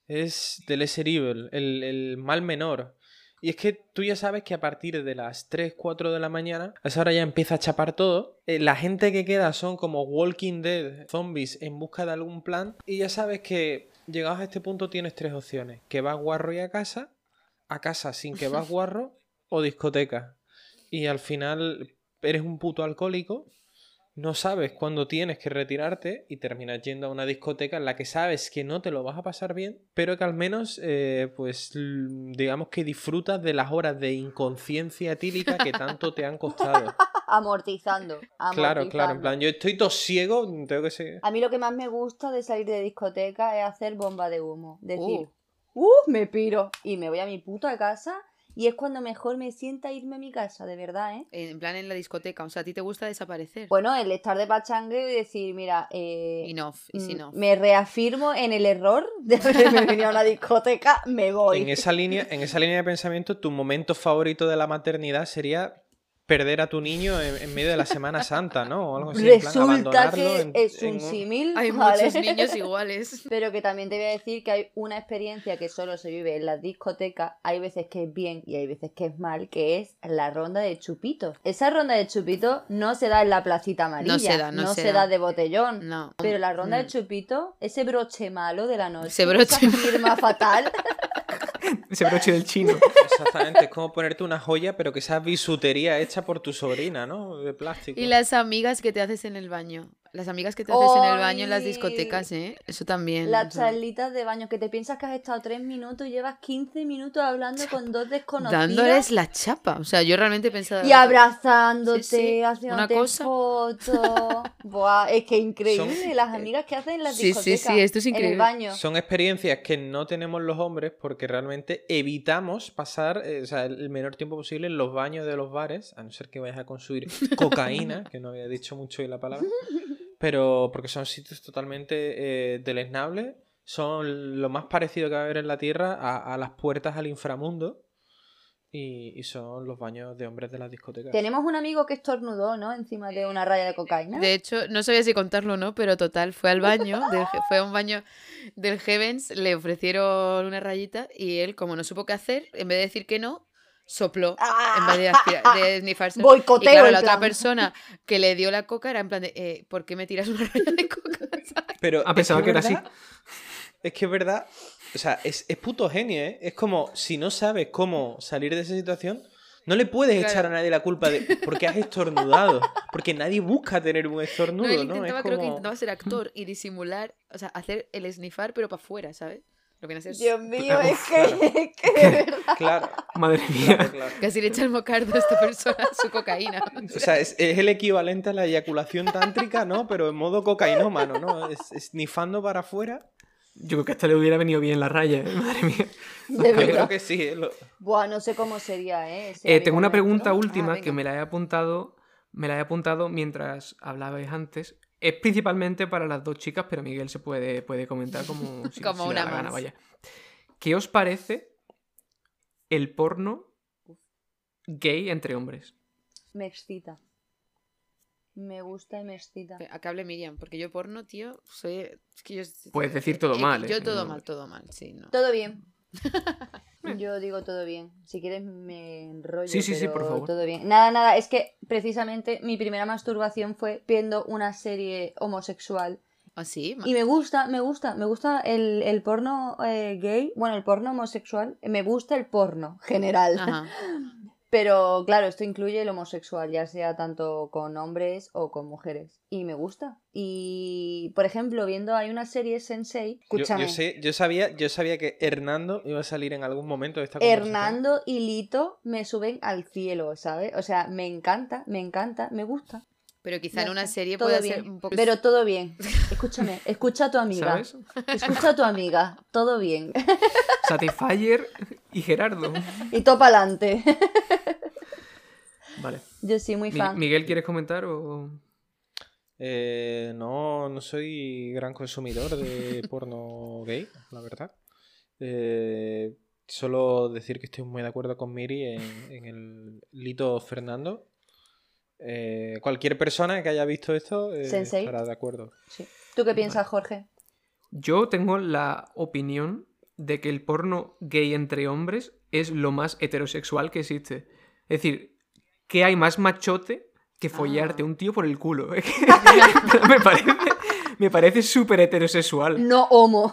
Speaker 3: es del lesser evil, el, el mal menor. Y es que tú ya sabes que a partir de las 3, 4 de la mañana, a esa hora ya empieza a chapar todo. Eh, la gente que queda son como Walking Dead, zombies en busca de algún plan. Y ya sabes que llegados a este punto tienes tres opciones. Que vas guarro y a casa, a casa sin que vas guarro o discoteca. Y al final eres un puto alcohólico, no sabes cuándo tienes que retirarte y terminas yendo a una discoteca en la que sabes que no te lo vas a pasar bien, pero que al menos, eh, pues, l- digamos que disfrutas de las horas de inconsciencia etílica que tanto te han costado.
Speaker 1: Amortizando, amortizando.
Speaker 3: claro, claro, en plan, yo estoy todo ciego, tengo que seguir.
Speaker 1: A mí lo que más me gusta de salir de discoteca es hacer bomba de humo. Decir,
Speaker 2: Uh.
Speaker 1: uh. me piro y me voy a mi puta casa y es cuando mejor me sienta irme a mi casa, de verdad, ¿eh?
Speaker 2: En plan en la discoteca. O sea, a ti te gusta desaparecer.
Speaker 1: Bueno, el estar de pachangue y decir, mira, eh,
Speaker 2: y no, y si no.
Speaker 1: me reafirmo en el error de haberme venido a una discoteca, me voy.
Speaker 3: En esa, línea, en esa línea de pensamiento, tu momento favorito de la maternidad sería perder a tu niño en, en medio de la Semana Santa, ¿no? O algo así, en plan,
Speaker 1: Resulta
Speaker 3: abandonarlo
Speaker 1: que
Speaker 3: en-
Speaker 1: es
Speaker 3: en
Speaker 1: un símil,
Speaker 2: Hay
Speaker 1: ¿vale?
Speaker 2: muchos niños iguales.
Speaker 1: Pero que también te voy a decir que hay una experiencia que solo se vive en las discotecas. Hay veces que es bien y hay veces que es mal, que es la ronda de chupitos. Esa ronda de chupitos no se da en la placita amarilla,
Speaker 2: No se da, no se
Speaker 1: se,
Speaker 2: da.
Speaker 1: da. de botellón.
Speaker 2: No.
Speaker 1: Pero la ronda de
Speaker 2: Mm.
Speaker 1: chupitos, ese broche malo de la noche,
Speaker 2: Ese broche
Speaker 1: esa firma fatal,
Speaker 4: Ese broche del chino.
Speaker 3: Exactamente, es como ponerte una joya, pero que sea bisutería hecha por tu sobrina, ¿no? De plástico.
Speaker 2: Y las amigas que te haces en el baño. Las amigas que te haces en el baño en las
Speaker 1: ¡Ay!
Speaker 2: discotecas, ¿eh? Eso también. o
Speaker 1: las
Speaker 2: sea,
Speaker 1: charlitas de baño, que te piensas que has estado tres minutos y llevas 15 minutos hablando con dos desconocidos.
Speaker 2: Dándoles la chapa. O sea, yo realmente he pensado.
Speaker 1: Y abrazándote,
Speaker 2: Sí, sí,
Speaker 1: haciéndote
Speaker 2: una cosa.
Speaker 1: fotos. Buah, es que increíble
Speaker 3: Son-
Speaker 1: las amigas que hacen en las
Speaker 2: eh, Sí, sí, sí,
Speaker 1: discotecas.
Speaker 2: esto es
Speaker 1: En
Speaker 2: increíble.
Speaker 1: el baño.
Speaker 3: Son experiencias que no tenemos los hombres porque realmente evitamos pasar eh, o sea, el menor tiempo posible en los baños de los bares, a no ser que vayas a consumir cocaína, que no había dicho mucho hoy la palabra, pero porque son sitios totalmente eh, deleznables, son lo más parecido que va a haber en la Tierra a, a las puertas al inframundo y, y son los baños de hombres de las discotecas.
Speaker 1: Tenemos un amigo que estornudó, ¿no? Encima de una raya de cocaína.
Speaker 2: De hecho, no sabía si contarlo o no, pero total, fue al baño, del he- fue a un baño del Heavens, le ofrecieron una rayita y él, como no supo qué hacer, en vez de decir que no, sopló.
Speaker 1: ¡Ah!
Speaker 2: En vez de, aspirar, de esnifarse.
Speaker 1: Boicoteo,
Speaker 2: Y claro,
Speaker 1: en
Speaker 2: la otra
Speaker 1: plan.
Speaker 2: persona que le dio la coca era en plan de, eh, ¿por qué me tiras una raya de coca?
Speaker 3: Pero
Speaker 4: Ah, pensaba
Speaker 3: es
Speaker 4: que era
Speaker 3: verdad- Es que es verdad. O sea, es, es puto genio, ¿eh? Es como, si no sabes cómo salir de esa situación, no le puedes
Speaker 2: Claro.
Speaker 3: echar a nadie la culpa de porque has estornudado. Porque nadie busca tener un
Speaker 2: No,
Speaker 3: estornudo,
Speaker 2: él
Speaker 3: ¿no?
Speaker 2: intentaba,
Speaker 3: Es
Speaker 2: creo que
Speaker 3: como-
Speaker 2: intentaba ser actor y disimular, o sea, hacer el esnifar, pero para afuera, ¿sabes? Lo que viene a ser
Speaker 1: Dios mío, es
Speaker 3: claro.
Speaker 1: que, es que de verdad.
Speaker 3: Claro,
Speaker 4: Madre
Speaker 3: claro,
Speaker 4: mía.
Speaker 3: claro.
Speaker 2: casi le echa el mocardo a esta persona su cocaína.
Speaker 3: O sea, es, es el equivalente a la eyaculación tántrica, ¿no? Pero en modo cocainómano, ¿no? Es, snifando para afuera.
Speaker 4: Yo creo que hasta le hubiera venido bien la raya, ¿eh? madre mía.
Speaker 1: De
Speaker 3: Yo creo
Speaker 1: verdad.
Speaker 3: que sí. ¿eh? Lo-
Speaker 1: Buah, no sé cómo sería, ¿eh? ese Ah,
Speaker 4: Eh,
Speaker 1: amigo
Speaker 4: tengo una
Speaker 1: nuestro.
Speaker 4: pregunta última
Speaker 2: Ah,
Speaker 4: que
Speaker 2: venga.
Speaker 4: me la he apuntado. Me la he apuntado mientras hablabais antes. Es principalmente para las dos chicas, pero Miguel se puede, puede comentar como, si-
Speaker 2: Como
Speaker 4: si le da
Speaker 2: una
Speaker 4: la gana,
Speaker 2: más.
Speaker 4: vaya. ¿Qué os parece el porno gay entre hombres?
Speaker 1: Me excita. Me gusta y me excita.
Speaker 2: Que- a que hable Miriam, porque yo porno, tío, soy... es que yo-
Speaker 4: Puedes decir todo
Speaker 2: eh,
Speaker 4: mal,
Speaker 2: Yo
Speaker 4: eh,
Speaker 2: todo
Speaker 4: no-
Speaker 2: mal, todo mal, sí. No.
Speaker 1: Todo bien. Yo digo todo bien. Si quieres me enrollo.
Speaker 4: Sí, sí, sí,
Speaker 1: pero
Speaker 4: por favor.
Speaker 1: Todo bien. Nada, nada. Es que precisamente mi primera masturbación fue viendo una serie homosexual.
Speaker 2: ¿Ah, sí? Ma-
Speaker 1: Y me gusta, me gusta, me gusta el, el porno eh, gay. Bueno, el porno homosexual. Me gusta el porno general.
Speaker 2: Ajá.
Speaker 1: Pero claro, esto incluye el homosexual, ya sea tanto con hombres o con mujeres. Y me gusta. Y, por ejemplo, viendo, hay una serie Sensei.
Speaker 3: Yo, yo
Speaker 1: Escúchame.
Speaker 3: sé- yo sabía, yo sabía que Hernando iba a salir en algún momento de esta conversación.
Speaker 1: Hernando y Lito me suben al cielo, ¿sabes? O sea, me encanta, me encanta, me gusta.
Speaker 2: Pero quizá en
Speaker 1: Ya
Speaker 2: una
Speaker 1: está,
Speaker 2: serie
Speaker 1: todo
Speaker 2: pueda
Speaker 1: bien.
Speaker 2: ser un poco...
Speaker 1: Pero todo bien. Escúchame, escucha a tu amiga.
Speaker 4: ¿Sabes?
Speaker 1: Escucha a tu amiga. Todo bien.
Speaker 4: Satisfyer y Gerardo.
Speaker 1: Y topa adelante.
Speaker 4: Vale.
Speaker 1: Yo soy muy
Speaker 4: Mi-
Speaker 1: fan.
Speaker 4: Miguel, ¿quieres comentar o...?
Speaker 3: Eh, no, no soy gran consumidor de porno gay, la verdad. Eh, solo decir que estoy muy de acuerdo con Miri en, en el Lito Fernando. Eh, cualquier persona que haya visto esto eh,
Speaker 1: Sensei.
Speaker 3: estará de acuerdo.
Speaker 1: Sí. ¿Tú qué piensas, Jorge?
Speaker 4: Yo tengo la opinión de que el porno gay entre hombres es lo más heterosexual que existe. Es decir, que hay más machote que
Speaker 1: Ah.
Speaker 4: follarte un tío por el culo. Es que me parece, me parece súper heterosexual.
Speaker 1: No homo.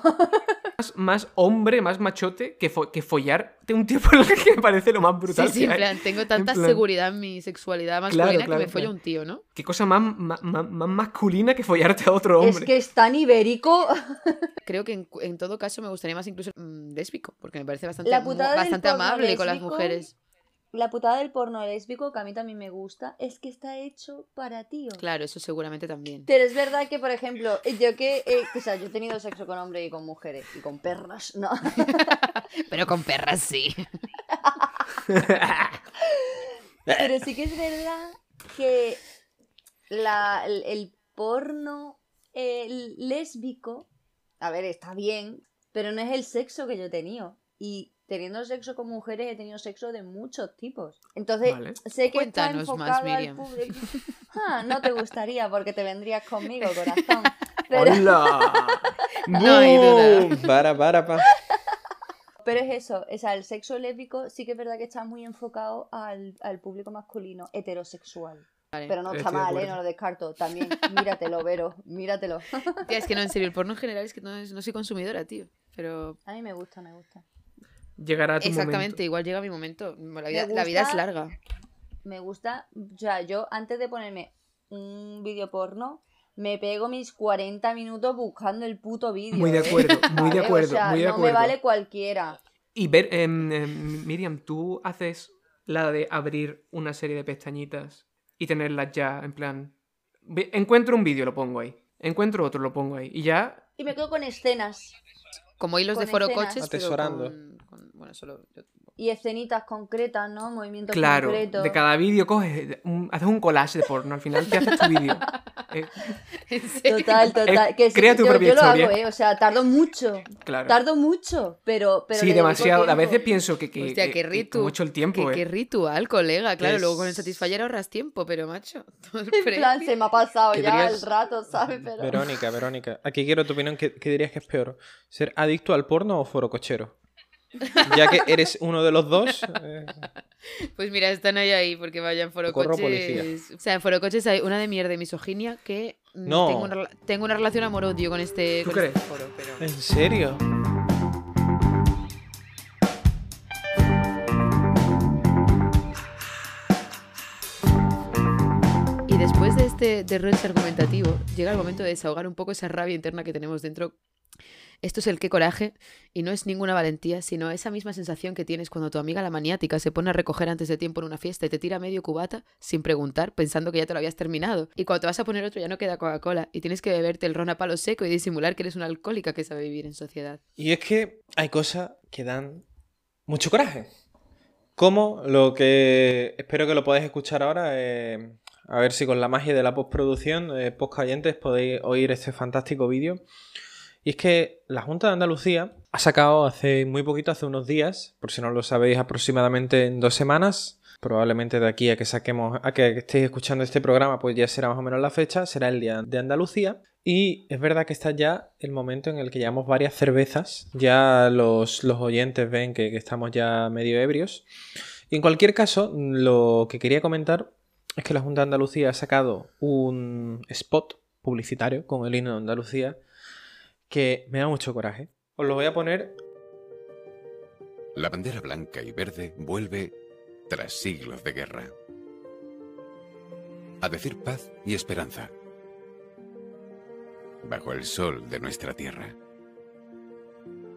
Speaker 4: Más, más hombre, más machote que, fo- que follarte un tío por el que me parece lo más brutal.
Speaker 2: Sí, sí,
Speaker 4: que
Speaker 2: en
Speaker 4: hay.
Speaker 2: plan, tengo tanta
Speaker 4: plan-
Speaker 2: seguridad en mi sexualidad masculina
Speaker 4: claro,
Speaker 2: que me folla
Speaker 4: claro.
Speaker 2: un tío, ¿no?
Speaker 4: Qué cosa más, más, más- más masculina que follarte a otro hombre.
Speaker 1: Es que es tan ibérico.
Speaker 2: Creo que en, cu- en todo caso me gustaría más incluso mm, lésbico, porque me parece bastante,
Speaker 1: La
Speaker 2: mu-
Speaker 1: putada del
Speaker 2: bastante
Speaker 1: porno
Speaker 2: amable con las
Speaker 1: lésbico-
Speaker 2: mujeres.
Speaker 1: La putada del porno lésbico, que a mí también me gusta, es que está hecho para tío.
Speaker 2: Claro, eso seguramente también.
Speaker 1: Pero es verdad que, por ejemplo, yo que. eh, o sea, yo he tenido sexo con hombres y con mujeres. Y con perros, ¿no?
Speaker 2: Pero con perras sí. Eh.
Speaker 1: Pero sí que es verdad que la- el, el porno eh, lésbico, a ver, está bien, pero no es el sexo que yo he tenido. Y teniendo sexo con mujeres he tenido sexo de muchos tipos. Entonces,
Speaker 4: Vale.
Speaker 1: sé que
Speaker 2: Cuéntanos
Speaker 1: está
Speaker 2: más,
Speaker 1: enfocado al
Speaker 2: Miriam.
Speaker 1: público. Ah, no te gustaría porque te vendrías conmigo, corazón. Pero,
Speaker 4: ¡Hola!
Speaker 2: No hay duda.
Speaker 3: ¡Bum! Para, para, para.
Speaker 1: pero es eso, o sea, el sexo lésbico sí que es verdad que está muy enfocado al, al público masculino heterosexual.
Speaker 2: Vale.
Speaker 1: Pero no está
Speaker 4: Estoy de
Speaker 1: mal, ¿eh?
Speaker 4: acuerdo.
Speaker 1: No lo descarto. También, míratelo, Vero, míratelo.
Speaker 2: Tía, es que no, en serio, el porno en general es que no, es- no soy consumidora, tío. Pero
Speaker 1: A mí me gusta, me gusta.
Speaker 4: Llegará tu
Speaker 2: exactamente,
Speaker 4: momento.
Speaker 2: igual llega mi momento. La
Speaker 1: Me
Speaker 2: vida, la vida es
Speaker 1: gusta-
Speaker 2: larga.
Speaker 1: Me gusta, o sea, yo antes de ponerme un vídeo porno, me pego mis 40 minutos buscando el puto vídeo.
Speaker 4: Muy de
Speaker 1: ¿eh?
Speaker 4: acuerdo, muy de
Speaker 1: ¿Vale?
Speaker 4: acuerdo,
Speaker 1: O sea,
Speaker 4: muy de
Speaker 1: no
Speaker 4: acuerdo.
Speaker 1: me vale cualquiera.
Speaker 4: Y ver, em, em, Miriam, tú haces la de abrir una serie de pestañitas y tenerlas ya, en plan. ve- Encuentro un vídeo, lo pongo ahí. Encuentro otro, lo pongo ahí. Y ya.
Speaker 1: Y me quedo con escenas
Speaker 2: Como hilos de
Speaker 1: Con
Speaker 2: foro
Speaker 1: escenas.
Speaker 2: coches. pero
Speaker 3: Atesorando.
Speaker 2: con- con- bueno, solo. yo-
Speaker 1: y escenitas concretas, ¿no? Movimientos
Speaker 4: Claro,
Speaker 1: concretos.
Speaker 4: de cada vídeo coges, un- haces un collage de porno, al final te haces tu vídeo. Eh,
Speaker 2: En serio.
Speaker 1: Total, total. Que sí,
Speaker 4: Crea tu
Speaker 1: yo,
Speaker 4: propia
Speaker 1: yo lo
Speaker 4: historia.
Speaker 1: hago, ¿eh? O sea, tardo mucho.
Speaker 4: claro.
Speaker 1: Tardo mucho, pero. pero
Speaker 4: sí,
Speaker 1: le dedico
Speaker 4: demasiado. A
Speaker 1: tiempo.
Speaker 4: veces pienso que, que,
Speaker 2: Hostia,
Speaker 4: que-
Speaker 2: qué
Speaker 4: que-
Speaker 2: ritu-
Speaker 4: mucho el tiempo,
Speaker 2: Qué,
Speaker 4: eh.
Speaker 2: qué ritual, colega. Claro,
Speaker 3: Es-
Speaker 2: luego con el Satisfyer ahorras tiempo, pero macho. todo el
Speaker 1: En plan,
Speaker 2: premio.
Speaker 1: se me ha pasado
Speaker 4: Que Mm,
Speaker 1: ya
Speaker 4: dirías-
Speaker 1: el rato, ¿sabes? Pero...
Speaker 3: Verónica, Verónica. Aquí quiero tu opinión. ¿Qué, qué dirías que es peor? ¿Ser adicto al porno o forocochero? Ya que eres uno de los dos. eh,
Speaker 2: Pues mira, están ahí ahí, porque vaya en foro
Speaker 3: Socorro,
Speaker 2: coches. O sea, en foro coches hay una de mierda y misoginia que mm,
Speaker 3: No.
Speaker 2: tengo, una, rela- tengo una relación amor-odio con este,
Speaker 4: ¿Tú
Speaker 2: con este
Speaker 4: crees?
Speaker 2: foro, pero.
Speaker 3: ¿En serio?
Speaker 2: Y después de este derroche argumentativo, llega el momento de desahogar un poco esa rabia interna que tenemos dentro. Esto es el qué coraje, y no es ninguna valentía, sino esa misma sensación que tienes cuando tu amiga la maniática se pone a recoger antes de tiempo en una fiesta y te tira medio cubata sin preguntar, pensando que ya te lo habías terminado. Y cuando te vas a poner otro ya no queda Coca-Cola, y tienes que beberte el ron a palo seco y disimular que eres una alcohólica que sabe vivir en sociedad.
Speaker 3: Y es que hay cosas que dan mucho coraje. Como lo que espero que lo podáis escuchar ahora. eh, a ver si con la magia de la postproducción, eh, postcayentes, podéis oír este fantástico vídeo. Y es que la Junta de Andalucía ha sacado hace muy poquito, hace unos días, por si no lo sabéis, aproximadamente en dos semanas, probablemente de aquí a que saquemos, a que estéis escuchando este programa, pues ya será más o menos la fecha, será el Día de Andalucía. Y es verdad que está ya el momento en el que llevamos varias cervezas, ya los, los oyentes ven que, que estamos ya medio ebrios. Y en cualquier caso, lo que quería comentar es que la Junta de Andalucía ha sacado un spot publicitario con el himno de Andalucía que me da mucho coraje. Os lo voy a poner
Speaker 6: La bandera blanca y verde vuelve tras siglos de guerra. A decir paz y esperanza. Bajo el sol de nuestra tierra.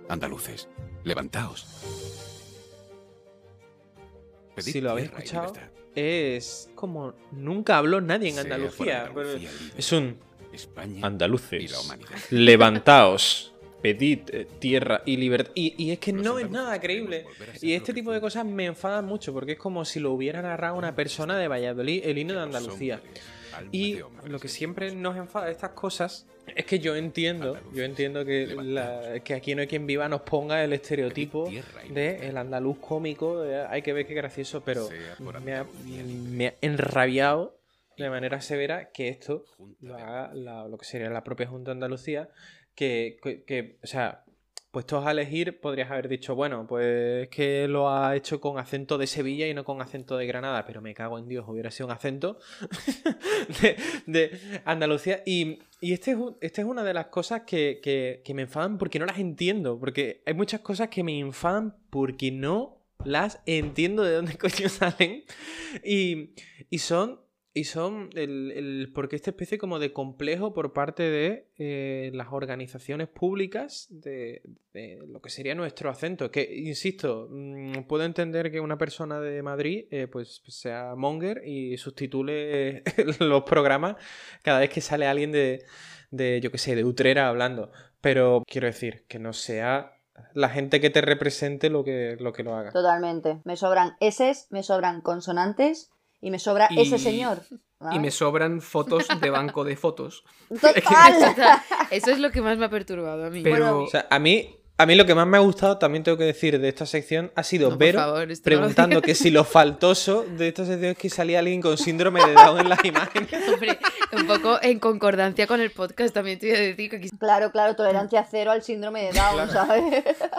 Speaker 6: Andaluces, levantaos. Pedid
Speaker 3: Si lo habéis
Speaker 6: tierra y
Speaker 3: escuchado,
Speaker 6: libertad.
Speaker 3: es como nunca habló nadie en
Speaker 6: Sea por
Speaker 3: Andalucía. pero
Speaker 6: Andalucía libre.
Speaker 3: Es un
Speaker 6: España
Speaker 3: Andaluces.
Speaker 6: y la humanidad.
Speaker 3: Levantaos, pedid eh, tierra y libertad. Y, y es que
Speaker 6: Los
Speaker 3: no es
Speaker 6: andaluces
Speaker 3: nada
Speaker 6: queremos
Speaker 3: creíble.
Speaker 6: volver a ser
Speaker 3: Y
Speaker 6: lo
Speaker 3: este
Speaker 6: que
Speaker 3: tipo de
Speaker 6: fuimos.
Speaker 3: cosas me enfadan mucho porque es como si lo hubiera narrado una persona de Valladolid, el himno de
Speaker 6: Los
Speaker 3: Andalucía.
Speaker 6: hombres, almas
Speaker 3: Y
Speaker 6: de hombres,
Speaker 3: lo que siempre nos enfada de estas cosas es que yo entiendo, yo entiendo que, la- que aquí no hay quien viva nos ponga el estereotipo
Speaker 6: Tierra y
Speaker 3: de el andaluz cómico, de, hay que ver qué gracioso, pero
Speaker 6: Sea por
Speaker 3: me ha,
Speaker 6: Andalucía
Speaker 3: me ha enrabiado de manera severa que esto
Speaker 6: junta
Speaker 3: lo
Speaker 6: de-
Speaker 3: haga la- lo que sería la propia Junta de Andalucía, que, que- que, o sea, puestos a elegir, podrías haber dicho, bueno, pues que lo ha hecho con acento de Sevilla y no con acento de Granada, pero me cago en Dios, hubiera sido un acento de, de Andalucía. Y, y este, es un- esta es una de las cosas que, que- que me enfadan porque no las entiendo, porque hay muchas cosas que me enfadan porque no las entiendo de dónde coño salen. Y, y son y son el, el- porque esta especie como de complejo por parte de eh, las organizaciones públicas de, de lo que sería nuestro acento. Que, insisto, mm, puedo entender que una persona de Madrid eh, pues sea monger y sustitule los programas cada vez que sale alguien de, de yo qué sé, de Utrera hablando. Pero quiero decir, que no sea la gente que te represente lo que lo, que lo haga.
Speaker 1: Totalmente. Me sobran eses, me sobran consonantes y me sobra
Speaker 4: Y-
Speaker 1: ese señor.
Speaker 4: Y me sobran fotos de banco de fotos.
Speaker 1: ¡Total!
Speaker 2: Eso es lo que más me ha perturbado a mí.
Speaker 4: Pero
Speaker 1: Bueno,
Speaker 3: O sea, a mí, a mí lo que más me ha gustado, también tengo que decir, de esta sección ha sido
Speaker 2: No, por
Speaker 3: Vero
Speaker 2: favor, esto no lo
Speaker 3: preguntando que si lo faltoso de esta sección es que salía alguien con síndrome de Down en las imágenes.
Speaker 2: Hombre, un poco en concordancia con el podcast también te voy a decir que aquí
Speaker 1: Claro, claro, tolerancia cero al síndrome de Down, ¿sabes?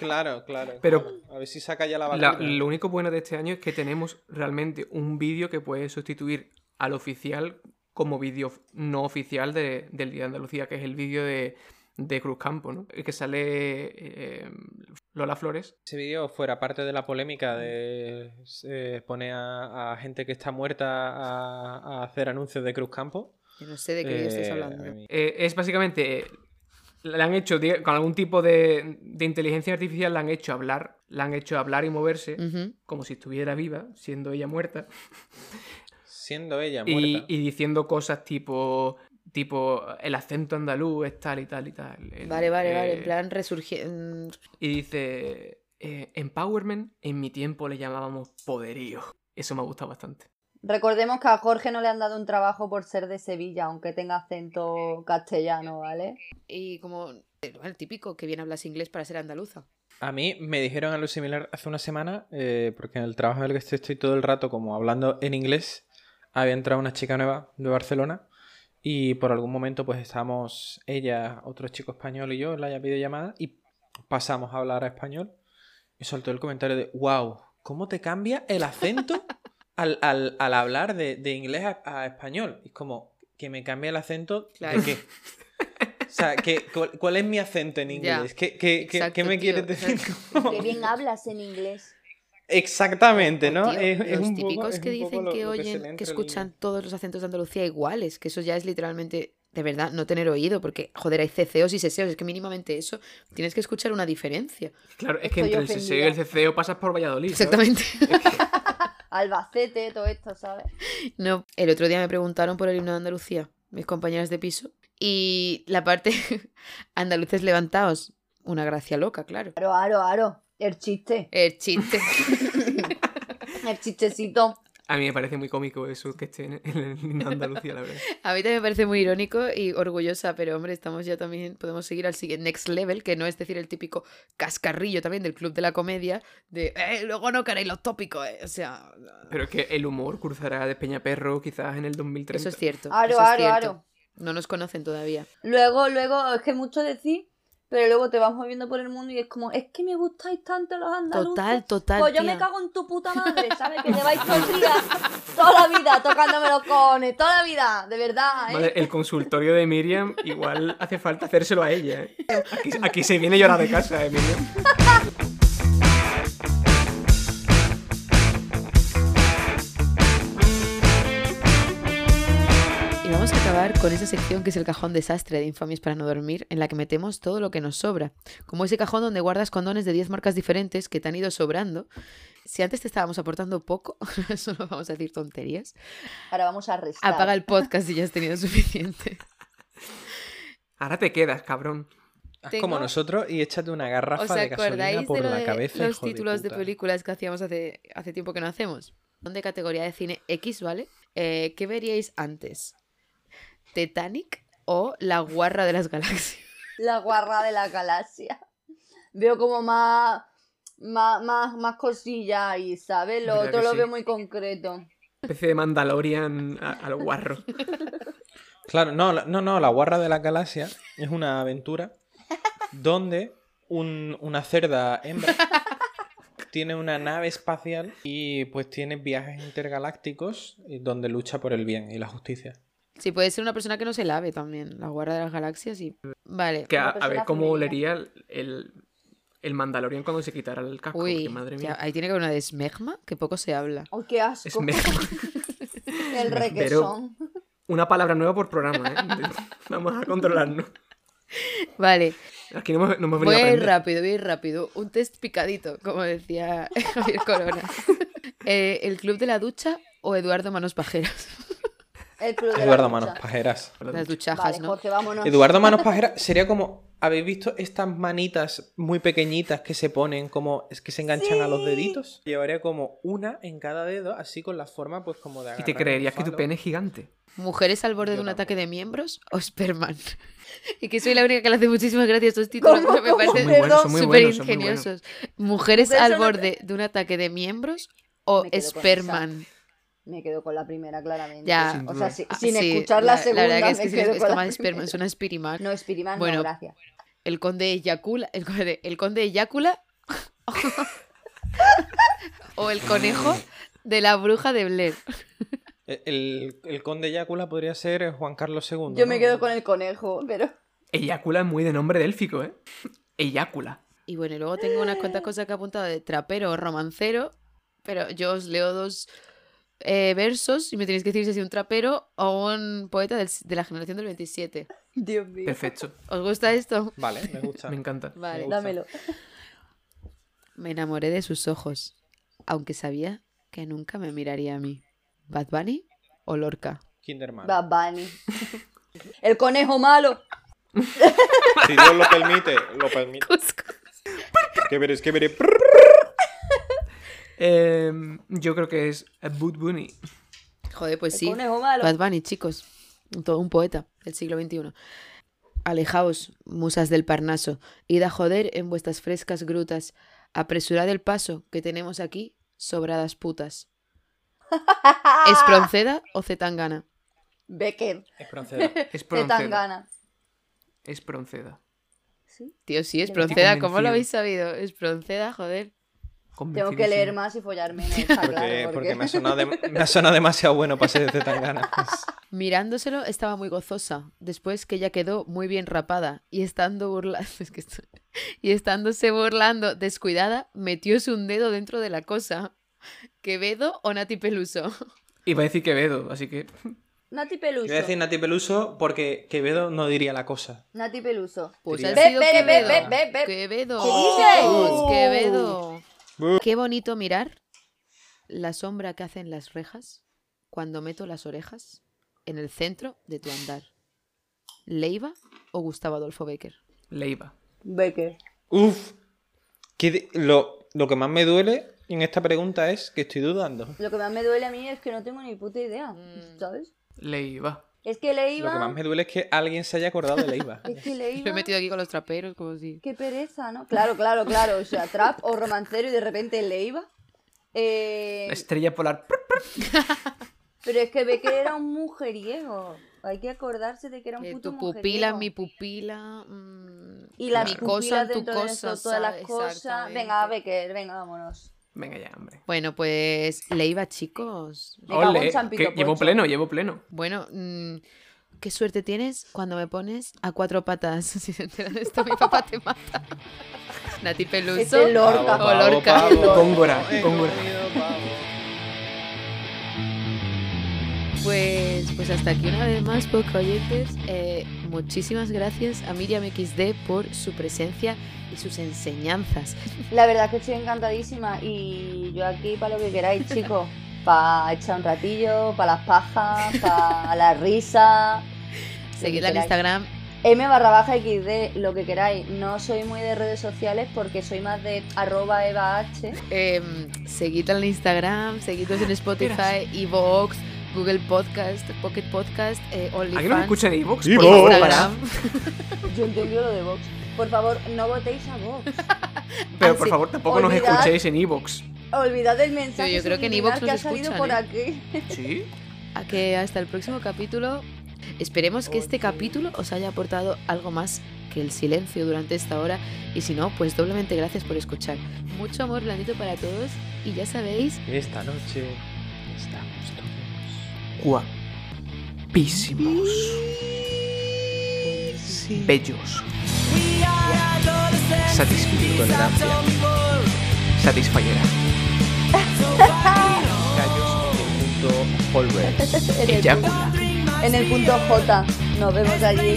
Speaker 3: Claro, claro.
Speaker 4: Pero-
Speaker 3: claro. A ver si saca ya la
Speaker 4: La-
Speaker 3: vacuna.
Speaker 4: lo único bueno de este año es que tenemos realmente un vídeo que puede sustituir al oficial como vídeo no oficial de- del Día de Andalucía, que es el vídeo de, de Cruz Campo, ¿no? El que sale eh, Lola Flores.
Speaker 3: Ese vídeo fuera parte de la polémica de eh, poner a, a gente que está muerta a, a hacer anuncios de Cruz Campo.
Speaker 2: Yo no sé de qué vídeo estás
Speaker 3: eh,
Speaker 2: hablando.
Speaker 3: a mí-
Speaker 4: Eh, es básicamente. eh, La han hecho diga- con algún tipo de, de inteligencia artificial, la han hecho hablar, la han hecho hablar y moverse,
Speaker 2: Ujú.
Speaker 4: como si estuviera viva, siendo ella muerta.
Speaker 3: Siendo ella muerta.
Speaker 4: y, y diciendo cosas tipo tipo el acento andaluz es tal y tal y tal. El-
Speaker 2: Vale, vale,
Speaker 4: eh,
Speaker 2: vale. En plan resurgiendo.
Speaker 4: Y dice eh, empowerment en mi tiempo le llamábamos poderío. Eso me ha gustado bastante.
Speaker 1: Recordemos que a Jorge no le han dado un trabajo por ser de Sevilla, aunque tenga acento castellano, ¿vale?
Speaker 2: Y como eh, el típico que bien hablas inglés para ser andaluza.
Speaker 3: A mí me dijeron algo similar hace una semana, eh, porque en el trabajo en el que estoy, estoy todo el rato como hablando en inglés. Había entrado una chica nueva de Barcelona y por algún momento pues estábamos ella, otro chico español y yo en la videollamada y pasamos a hablar a español y soltó el comentario de wow, ¿cómo te cambia el acento al, al- al hablar de, de inglés a, a español? Y es como que me cambia el acento
Speaker 2: Claro.
Speaker 3: de qué. O sea, que, ¿cuál, cuál es mi acento en
Speaker 2: Ya.
Speaker 3: inglés? ¿Qué, qué- qué-
Speaker 2: Exacto,
Speaker 3: qué me
Speaker 2: tío,
Speaker 3: quieres decir?
Speaker 1: Que bien hablas en inglés.
Speaker 3: Exactamente, ¿no?
Speaker 2: Tío,
Speaker 3: Es- es
Speaker 2: los
Speaker 3: un poco-
Speaker 2: típicos
Speaker 3: es
Speaker 2: que
Speaker 3: un poco
Speaker 2: dicen
Speaker 3: lo-
Speaker 2: que
Speaker 3: lo se
Speaker 2: oyen,
Speaker 3: lee
Speaker 2: que,
Speaker 3: entre
Speaker 2: escuchan todos los acentos de Andalucía iguales, que eso ya es literalmente, de verdad, no tener oído, porque, joder, hay ceceos y seseos, es que mínimamente eso, tienes que escuchar una diferencia.
Speaker 4: Claro, es que
Speaker 1: Estoy
Speaker 4: entre el seseo y el
Speaker 1: ofendida.
Speaker 4: ceseo pasas por Valladolid. ¿sabes?
Speaker 2: Exactamente.
Speaker 1: Albacete, todo esto, ¿sabes?
Speaker 2: No, el otro día me preguntaron por el himno de Andalucía, mis compañeras de piso, y la parte andaluces levantados, una gracia loca, claro.
Speaker 1: Aro, aro, aro. El chiste.
Speaker 2: El chiste.
Speaker 1: El chistecito.
Speaker 4: A mí me parece muy cómico eso que esté en, en Andalucía, la verdad.
Speaker 2: A mí también me parece muy irónico y orgullosa, pero hombre, estamos ya también, podemos seguir al siguiente next level, que no es decir el típico cascarrillo también del club de la comedia, de "Eh, luego no queréis los tópicos, eh". o sea,
Speaker 4: Pero es que el humor cruzará de Peñaperro quizás en el 2030.
Speaker 2: eso es cierto.
Speaker 1: Aro,
Speaker 2: eso es
Speaker 1: aro,
Speaker 2: cierto.
Speaker 1: aro.
Speaker 2: No nos conocen todavía.
Speaker 1: Luego, luego, es que mucho decir, pero luego te vas moviendo por el mundo y es como, es que me gustáis tanto los andaluces.
Speaker 2: Total, total.
Speaker 1: Pues yo
Speaker 2: tía.
Speaker 1: me cago en tu puta madre, ¿sabes? Que lleváis todo el día, toda la vida tocándome los cojones, toda la vida, de verdad, ¿eh?
Speaker 4: Madre, el consultorio de Miriam igual hace falta hacérselo a ella. ¿eh? Aquí, aquí se viene llorar de casa, ¿eh, Miriam.
Speaker 2: Y vamos a acabar con esa sección que es el cajón desastre de Infamias para no dormir, en la que metemos todo lo que nos sobra. Como ese cajón donde guardas condones de 10 marcas diferentes que te han ido sobrando. Si antes te estábamos aportando poco, solo vamos a decir tonterías.
Speaker 1: Ahora vamos a restar.
Speaker 2: Apaga el podcast si ya has tenido suficiente.
Speaker 4: Ahora te quedas, cabrón.
Speaker 3: Haz
Speaker 2: Tengo-
Speaker 3: como nosotros y échate una garrafa
Speaker 2: ¿Os
Speaker 3: de gasolina
Speaker 2: acordáis
Speaker 3: por
Speaker 2: de, lo
Speaker 3: la
Speaker 2: de
Speaker 3: cabeza.
Speaker 2: los
Speaker 3: hijo de
Speaker 2: títulos de,
Speaker 3: puta.
Speaker 2: películas que hacíamos hace, hace tiempo que no hacemos? Son de categoría de cine X, ¿vale? Eh, ¿Qué veríais antes? ¿Titanic o La Guarra de las Galaxias?
Speaker 1: La guarra de la galaxia. Veo como más, más, más, más cosillas ahí, ¿sabes? Lo
Speaker 4: ¿Verdad
Speaker 1: otro
Speaker 4: que
Speaker 1: lo
Speaker 4: sí?
Speaker 1: veo muy concreto.
Speaker 4: Especie de Mandalorian a- al guarro.
Speaker 3: Claro, no, la- no, no, la guarra de la galaxia es una aventura donde un- una cerda hembra tiene una nave espacial y pues tiene viajes intergalácticos y donde lucha por el bien y la justicia.
Speaker 2: Sí, puede ser una persona que no se lave también. La Guarra de las Galaxias y... Vale.
Speaker 4: Que a,
Speaker 1: Una
Speaker 4: a ver
Speaker 1: persona
Speaker 4: cómo
Speaker 1: femenina.
Speaker 4: olería el, el- el Mandalorian cuando se quitara el casco.
Speaker 2: Uy,
Speaker 4: que madre
Speaker 2: ya,
Speaker 4: mía.
Speaker 2: ahí tiene que haber una de Smegma, que poco se habla.
Speaker 1: ¡Ay, ¡Oh, qué asco!
Speaker 4: Es mejor.
Speaker 1: El requesón.
Speaker 4: Una palabra nueva por programa, ¿eh? Vamos a controlarnos.
Speaker 2: Vale,
Speaker 4: Aquí no hemos, no hemos
Speaker 2: voy
Speaker 4: venido a
Speaker 2: a ir
Speaker 4: aprender.
Speaker 2: rápido, voy a ir rápido. Un test picadito, como decía Javier Corona. Eh, ¿El Club de la Ducha o Eduardo Manos Pajeras?
Speaker 1: El club de la
Speaker 3: Eduardo
Speaker 1: lucha.
Speaker 3: Manos Pajeras.
Speaker 2: Las
Speaker 1: Vale,
Speaker 2: duchajas, ¿no?
Speaker 1: Jorge, vámonos.
Speaker 3: Eduardo Manos Pajeras sería como, ¿habéis visto estas manitas muy pequeñitas que se ponen como, es que se enganchan a los deditos? Llevaría como una en cada dedo, así con la forma pues como de
Speaker 4: Y
Speaker 3: agarrar
Speaker 4: te
Speaker 3: un
Speaker 4: creerías que tu
Speaker 3: falo.
Speaker 4: pene es gigante.
Speaker 2: ¿Mujeres al borde
Speaker 3: Yo
Speaker 2: de un
Speaker 3: tampoco.
Speaker 2: ataque de miembros o Sperman? y que soy la única que le hace muchísimas gracias a estos títulos,
Speaker 1: ¿Cómo,
Speaker 2: pero me
Speaker 1: cómo?
Speaker 4: Son muy
Speaker 2: parecen
Speaker 4: buenos, son muy
Speaker 2: súper
Speaker 4: buenos, son muy buenos.
Speaker 2: ingeniosos. ¿Mujeres
Speaker 1: Ustedes
Speaker 2: al
Speaker 1: son una-
Speaker 2: borde de un ataque de miembros o
Speaker 1: Me quedo con
Speaker 2: Sperman?
Speaker 1: Me quedo con la primera, claramente.
Speaker 2: Ya.
Speaker 4: Sin
Speaker 1: O sea,
Speaker 4: duda.
Speaker 1: si-
Speaker 2: Ah,
Speaker 1: sin
Speaker 2: sí,
Speaker 1: escuchar la, segunda,
Speaker 2: verdad que es
Speaker 1: me
Speaker 2: que si
Speaker 1: quedo
Speaker 2: es-
Speaker 1: con
Speaker 2: esto
Speaker 1: la
Speaker 2: más Sperman,
Speaker 1: primera.
Speaker 2: suena Spiriman.
Speaker 1: No, Spiriman,
Speaker 2: Bueno.
Speaker 1: no, gracias.
Speaker 2: El conde eyacula. El conde, el conde eyacula. o el conejo de la bruja de Blair.
Speaker 3: E, El, el conde Yácula podría ser eh, Juan Carlos II.
Speaker 1: Yo me
Speaker 3: ¿no?
Speaker 1: quedo con el conejo, pero...
Speaker 4: Eyácula es muy de nombre délfico, ¿eh? Eyácula.
Speaker 2: Y bueno, y luego tengo unas cuantas cosas que he apuntado de trapero o romancero, pero yo os leo dos eh, versos y me tenéis que decir si es un trapero o un poeta del- de la generación del 27.
Speaker 1: Dios mío.
Speaker 4: Perfecto.
Speaker 2: ¿Os gusta esto?
Speaker 3: Vale, me gusta.
Speaker 4: Me encanta.
Speaker 2: Vale.
Speaker 3: gusta.
Speaker 1: Dámelo.
Speaker 2: Me enamoré de sus ojos, aunque sabía que nunca me miraría a mí. ¿Bad Bunny o Lorca?
Speaker 3: Kinderman.
Speaker 1: Bad Bunny. El conejo malo.
Speaker 3: Si Dios lo permite, lo permite.
Speaker 2: Cusco.
Speaker 3: Que veréis, que veréis.
Speaker 4: Eh, yo creo que es Boot Bunny.
Speaker 2: Joder, pues
Speaker 1: El
Speaker 2: sí.
Speaker 1: conejo malo.
Speaker 2: Bad Bunny, chicos. Todo un poeta del siglo XXI. Alejaos, musas del Parnaso, id a joder en vuestras frescas grutas. Apresurad el paso que tenemos aquí, sobradas putas. ¿Espronceda o Zetangana?
Speaker 1: Becker.
Speaker 3: Es francés.
Speaker 4: Es
Speaker 1: De
Speaker 4: Pronceda.
Speaker 1: Tangana.
Speaker 4: Es Pronceda.
Speaker 1: ¿Sí?
Speaker 2: Tío, sí,
Speaker 1: Estoy
Speaker 2: Espronceda, ¿cómo lo
Speaker 4: convencido.
Speaker 2: habéis sabido? Espronceda, joder.
Speaker 1: Tengo que
Speaker 4: Convencidísimo.
Speaker 1: leer más y follar menos. está
Speaker 3: Porque,
Speaker 1: claro,
Speaker 3: porque me, ha sonado de- me ha sonado demasiado bueno para ser de Zetangana.
Speaker 2: Mirándoselo estaba muy gozosa, después que ya quedó muy bien rapada y estando burla- es que esto- y estándose burlando descuidada, metióse un dedo dentro de la cosa. Quevedo o Nati Peluso.
Speaker 4: Iba a decir Quevedo, así que.
Speaker 1: Nati Peluso.
Speaker 3: Voy a decir Nati Peluso porque Quevedo no diría la cosa.
Speaker 1: Nati Peluso.
Speaker 2: Pues
Speaker 3: Diría-
Speaker 2: ha
Speaker 1: Ve,
Speaker 2: sido
Speaker 1: ve, ve,
Speaker 2: Quevedo.
Speaker 1: ve, ve, ve.
Speaker 2: Quevedo.
Speaker 1: ¿Qué dices?
Speaker 2: Chicos, Quevedo. Qué bonito mirar la sombra que hacen las rejas cuando meto las orejas en el centro de tu andar. Leiva o Gustavo Adolfo Becker.
Speaker 4: Leiva.
Speaker 1: Becker.
Speaker 3: Uf. Que de- lo, lo que más me duele en esta pregunta es que estoy dudando.
Speaker 1: Lo que más me duele a mí es que no tengo ni puta idea.
Speaker 2: Mm.
Speaker 1: ¿Sabes?
Speaker 4: Leiva.
Speaker 1: Es que le
Speaker 3: Lo que más
Speaker 1: iba.
Speaker 3: me duele es que alguien se haya acordado de Leiva.
Speaker 1: Es que le
Speaker 2: Lo he
Speaker 1: iba.
Speaker 2: metido aquí con los traperos, como si.
Speaker 1: Qué pereza, ¿no? Claro, claro, claro. O sea, trap o romancero y de repente le iba. Eh,
Speaker 4: Estrella polar.
Speaker 1: Pero es que Becker era un mujeriego. Hay que acordarse de que era un
Speaker 2: Eh,
Speaker 1: puto
Speaker 2: tu
Speaker 1: mujeriego.
Speaker 2: pupila, mi pupila. mm,
Speaker 1: Y las
Speaker 2: mi
Speaker 1: pupilas
Speaker 2: cosa, tu
Speaker 1: dentro de eso,
Speaker 2: cosa.
Speaker 1: todas las
Speaker 2: ¿sabes?
Speaker 1: cosas.
Speaker 2: Exactamente.
Speaker 1: Venga, Becker, venga, vámonos.
Speaker 4: Venga ya, hombre.
Speaker 2: Bueno, pues Leiva, chicos.
Speaker 1: Me cago en
Speaker 4: Ole,
Speaker 1: Champito
Speaker 4: que llevo
Speaker 1: Pocho.
Speaker 4: pleno, llevo pleno.
Speaker 2: Bueno, mm, qué suerte tienes cuando me pones a cuatro patas. Si se enteran de esto, mi papá te mata. Nati Peluso.
Speaker 1: Es el Lorca.
Speaker 2: O Lorca.
Speaker 4: Góngora, góngora.
Speaker 2: Pues, pues hasta aquí una vez más, poco oyentes. Eh, muchísimas gracias a Miriam XD por su presencia y sus enseñanzas.
Speaker 1: La verdad es que estoy encantadísima y yo aquí para lo que queráis, chicos. Para echar un ratillo, para las pajas, para la risa.
Speaker 2: Seguidla en
Speaker 1: Literal.
Speaker 2: Instagram,
Speaker 1: M barra baja XD, lo que queráis. No soy muy de redes sociales porque soy más de arroba Eva H.
Speaker 2: Em, seguidla en Instagram, seguidlos en Spotify, Evox, Google Podcast, Pocket Podcast, eh,
Speaker 4: ¿Alguien nos
Speaker 2: OnlyFans,
Speaker 4: escucha en iVoox?
Speaker 3: Y
Speaker 4: Por
Speaker 3: Vox.
Speaker 4: favor.
Speaker 2: Instagram.
Speaker 1: Yo entendí lo de Vox. Por favor, no votéis a Vox.
Speaker 4: Pero por
Speaker 1: Así,
Speaker 4: favor, tampoco nos
Speaker 1: olvidad-
Speaker 4: escuchéis en iVoox.
Speaker 1: Olvidad el mensaje
Speaker 2: Sí, yo creo que en
Speaker 1: subliminal
Speaker 2: iVoox
Speaker 1: que
Speaker 2: nos
Speaker 1: ha salido
Speaker 2: escuchan,
Speaker 1: por
Speaker 2: ¿eh?
Speaker 1: aquí.
Speaker 4: Sí.
Speaker 2: A que hasta el próximo capítulo. Esperemos que este capítulo os haya aportado algo más que el silencio durante esta hora. Y si no, pues doblemente gracias por escuchar. Mucho amor blandito para todos. Y ya sabéis
Speaker 3: Esta noche estamos todos.
Speaker 4: Guapísimos. Bellos. Satisfechos. Satisfayera. Gallos
Speaker 3: Punto Holbert.
Speaker 1: En el,
Speaker 4: eyacula.
Speaker 1: en el punto J. Nos vemos allí.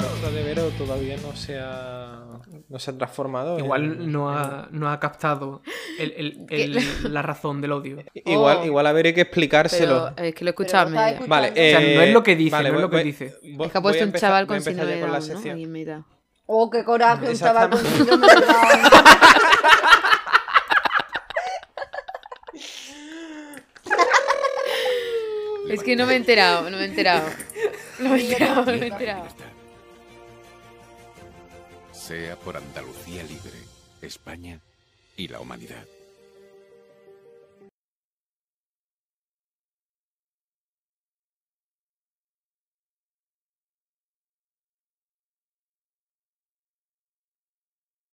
Speaker 3: Rosa de Vero todavía no se ha, no se ha transformado. en-
Speaker 4: Igual no ha, no ha captado el- el- el- la razón del odio.
Speaker 3: Igual,
Speaker 2: Oh.
Speaker 3: igual a ver hay que explicárselo.
Speaker 2: Pero es que lo he
Speaker 1: Pero
Speaker 2: escuchado a
Speaker 1: lo
Speaker 2: media.
Speaker 1: estaba
Speaker 3: Vale,
Speaker 1: O sea,
Speaker 4: no
Speaker 3: eh,
Speaker 4: es lo que dice,
Speaker 3: vale,
Speaker 4: no es lo
Speaker 3: voy-
Speaker 4: que
Speaker 3: voy-
Speaker 4: dice.
Speaker 3: voy-
Speaker 2: Es que ha
Speaker 3: voy a
Speaker 2: puesto un
Speaker 3: empezar-
Speaker 2: chaval
Speaker 3: voy a
Speaker 2: con
Speaker 3: empezar
Speaker 2: síndrome
Speaker 3: ya
Speaker 2: de
Speaker 3: con la
Speaker 2: Down, ¿no?
Speaker 3: sección.
Speaker 2: Ahí en mitad.
Speaker 1: Oh, qué coraje, un chaval con
Speaker 3: Exactamente.
Speaker 1: síndrome de Down.
Speaker 2: Es que no me he enterado, no me he enterado. No me he enterado, no me he enterado.
Speaker 6: Sea por Andalucía Libre, España y la humanidad.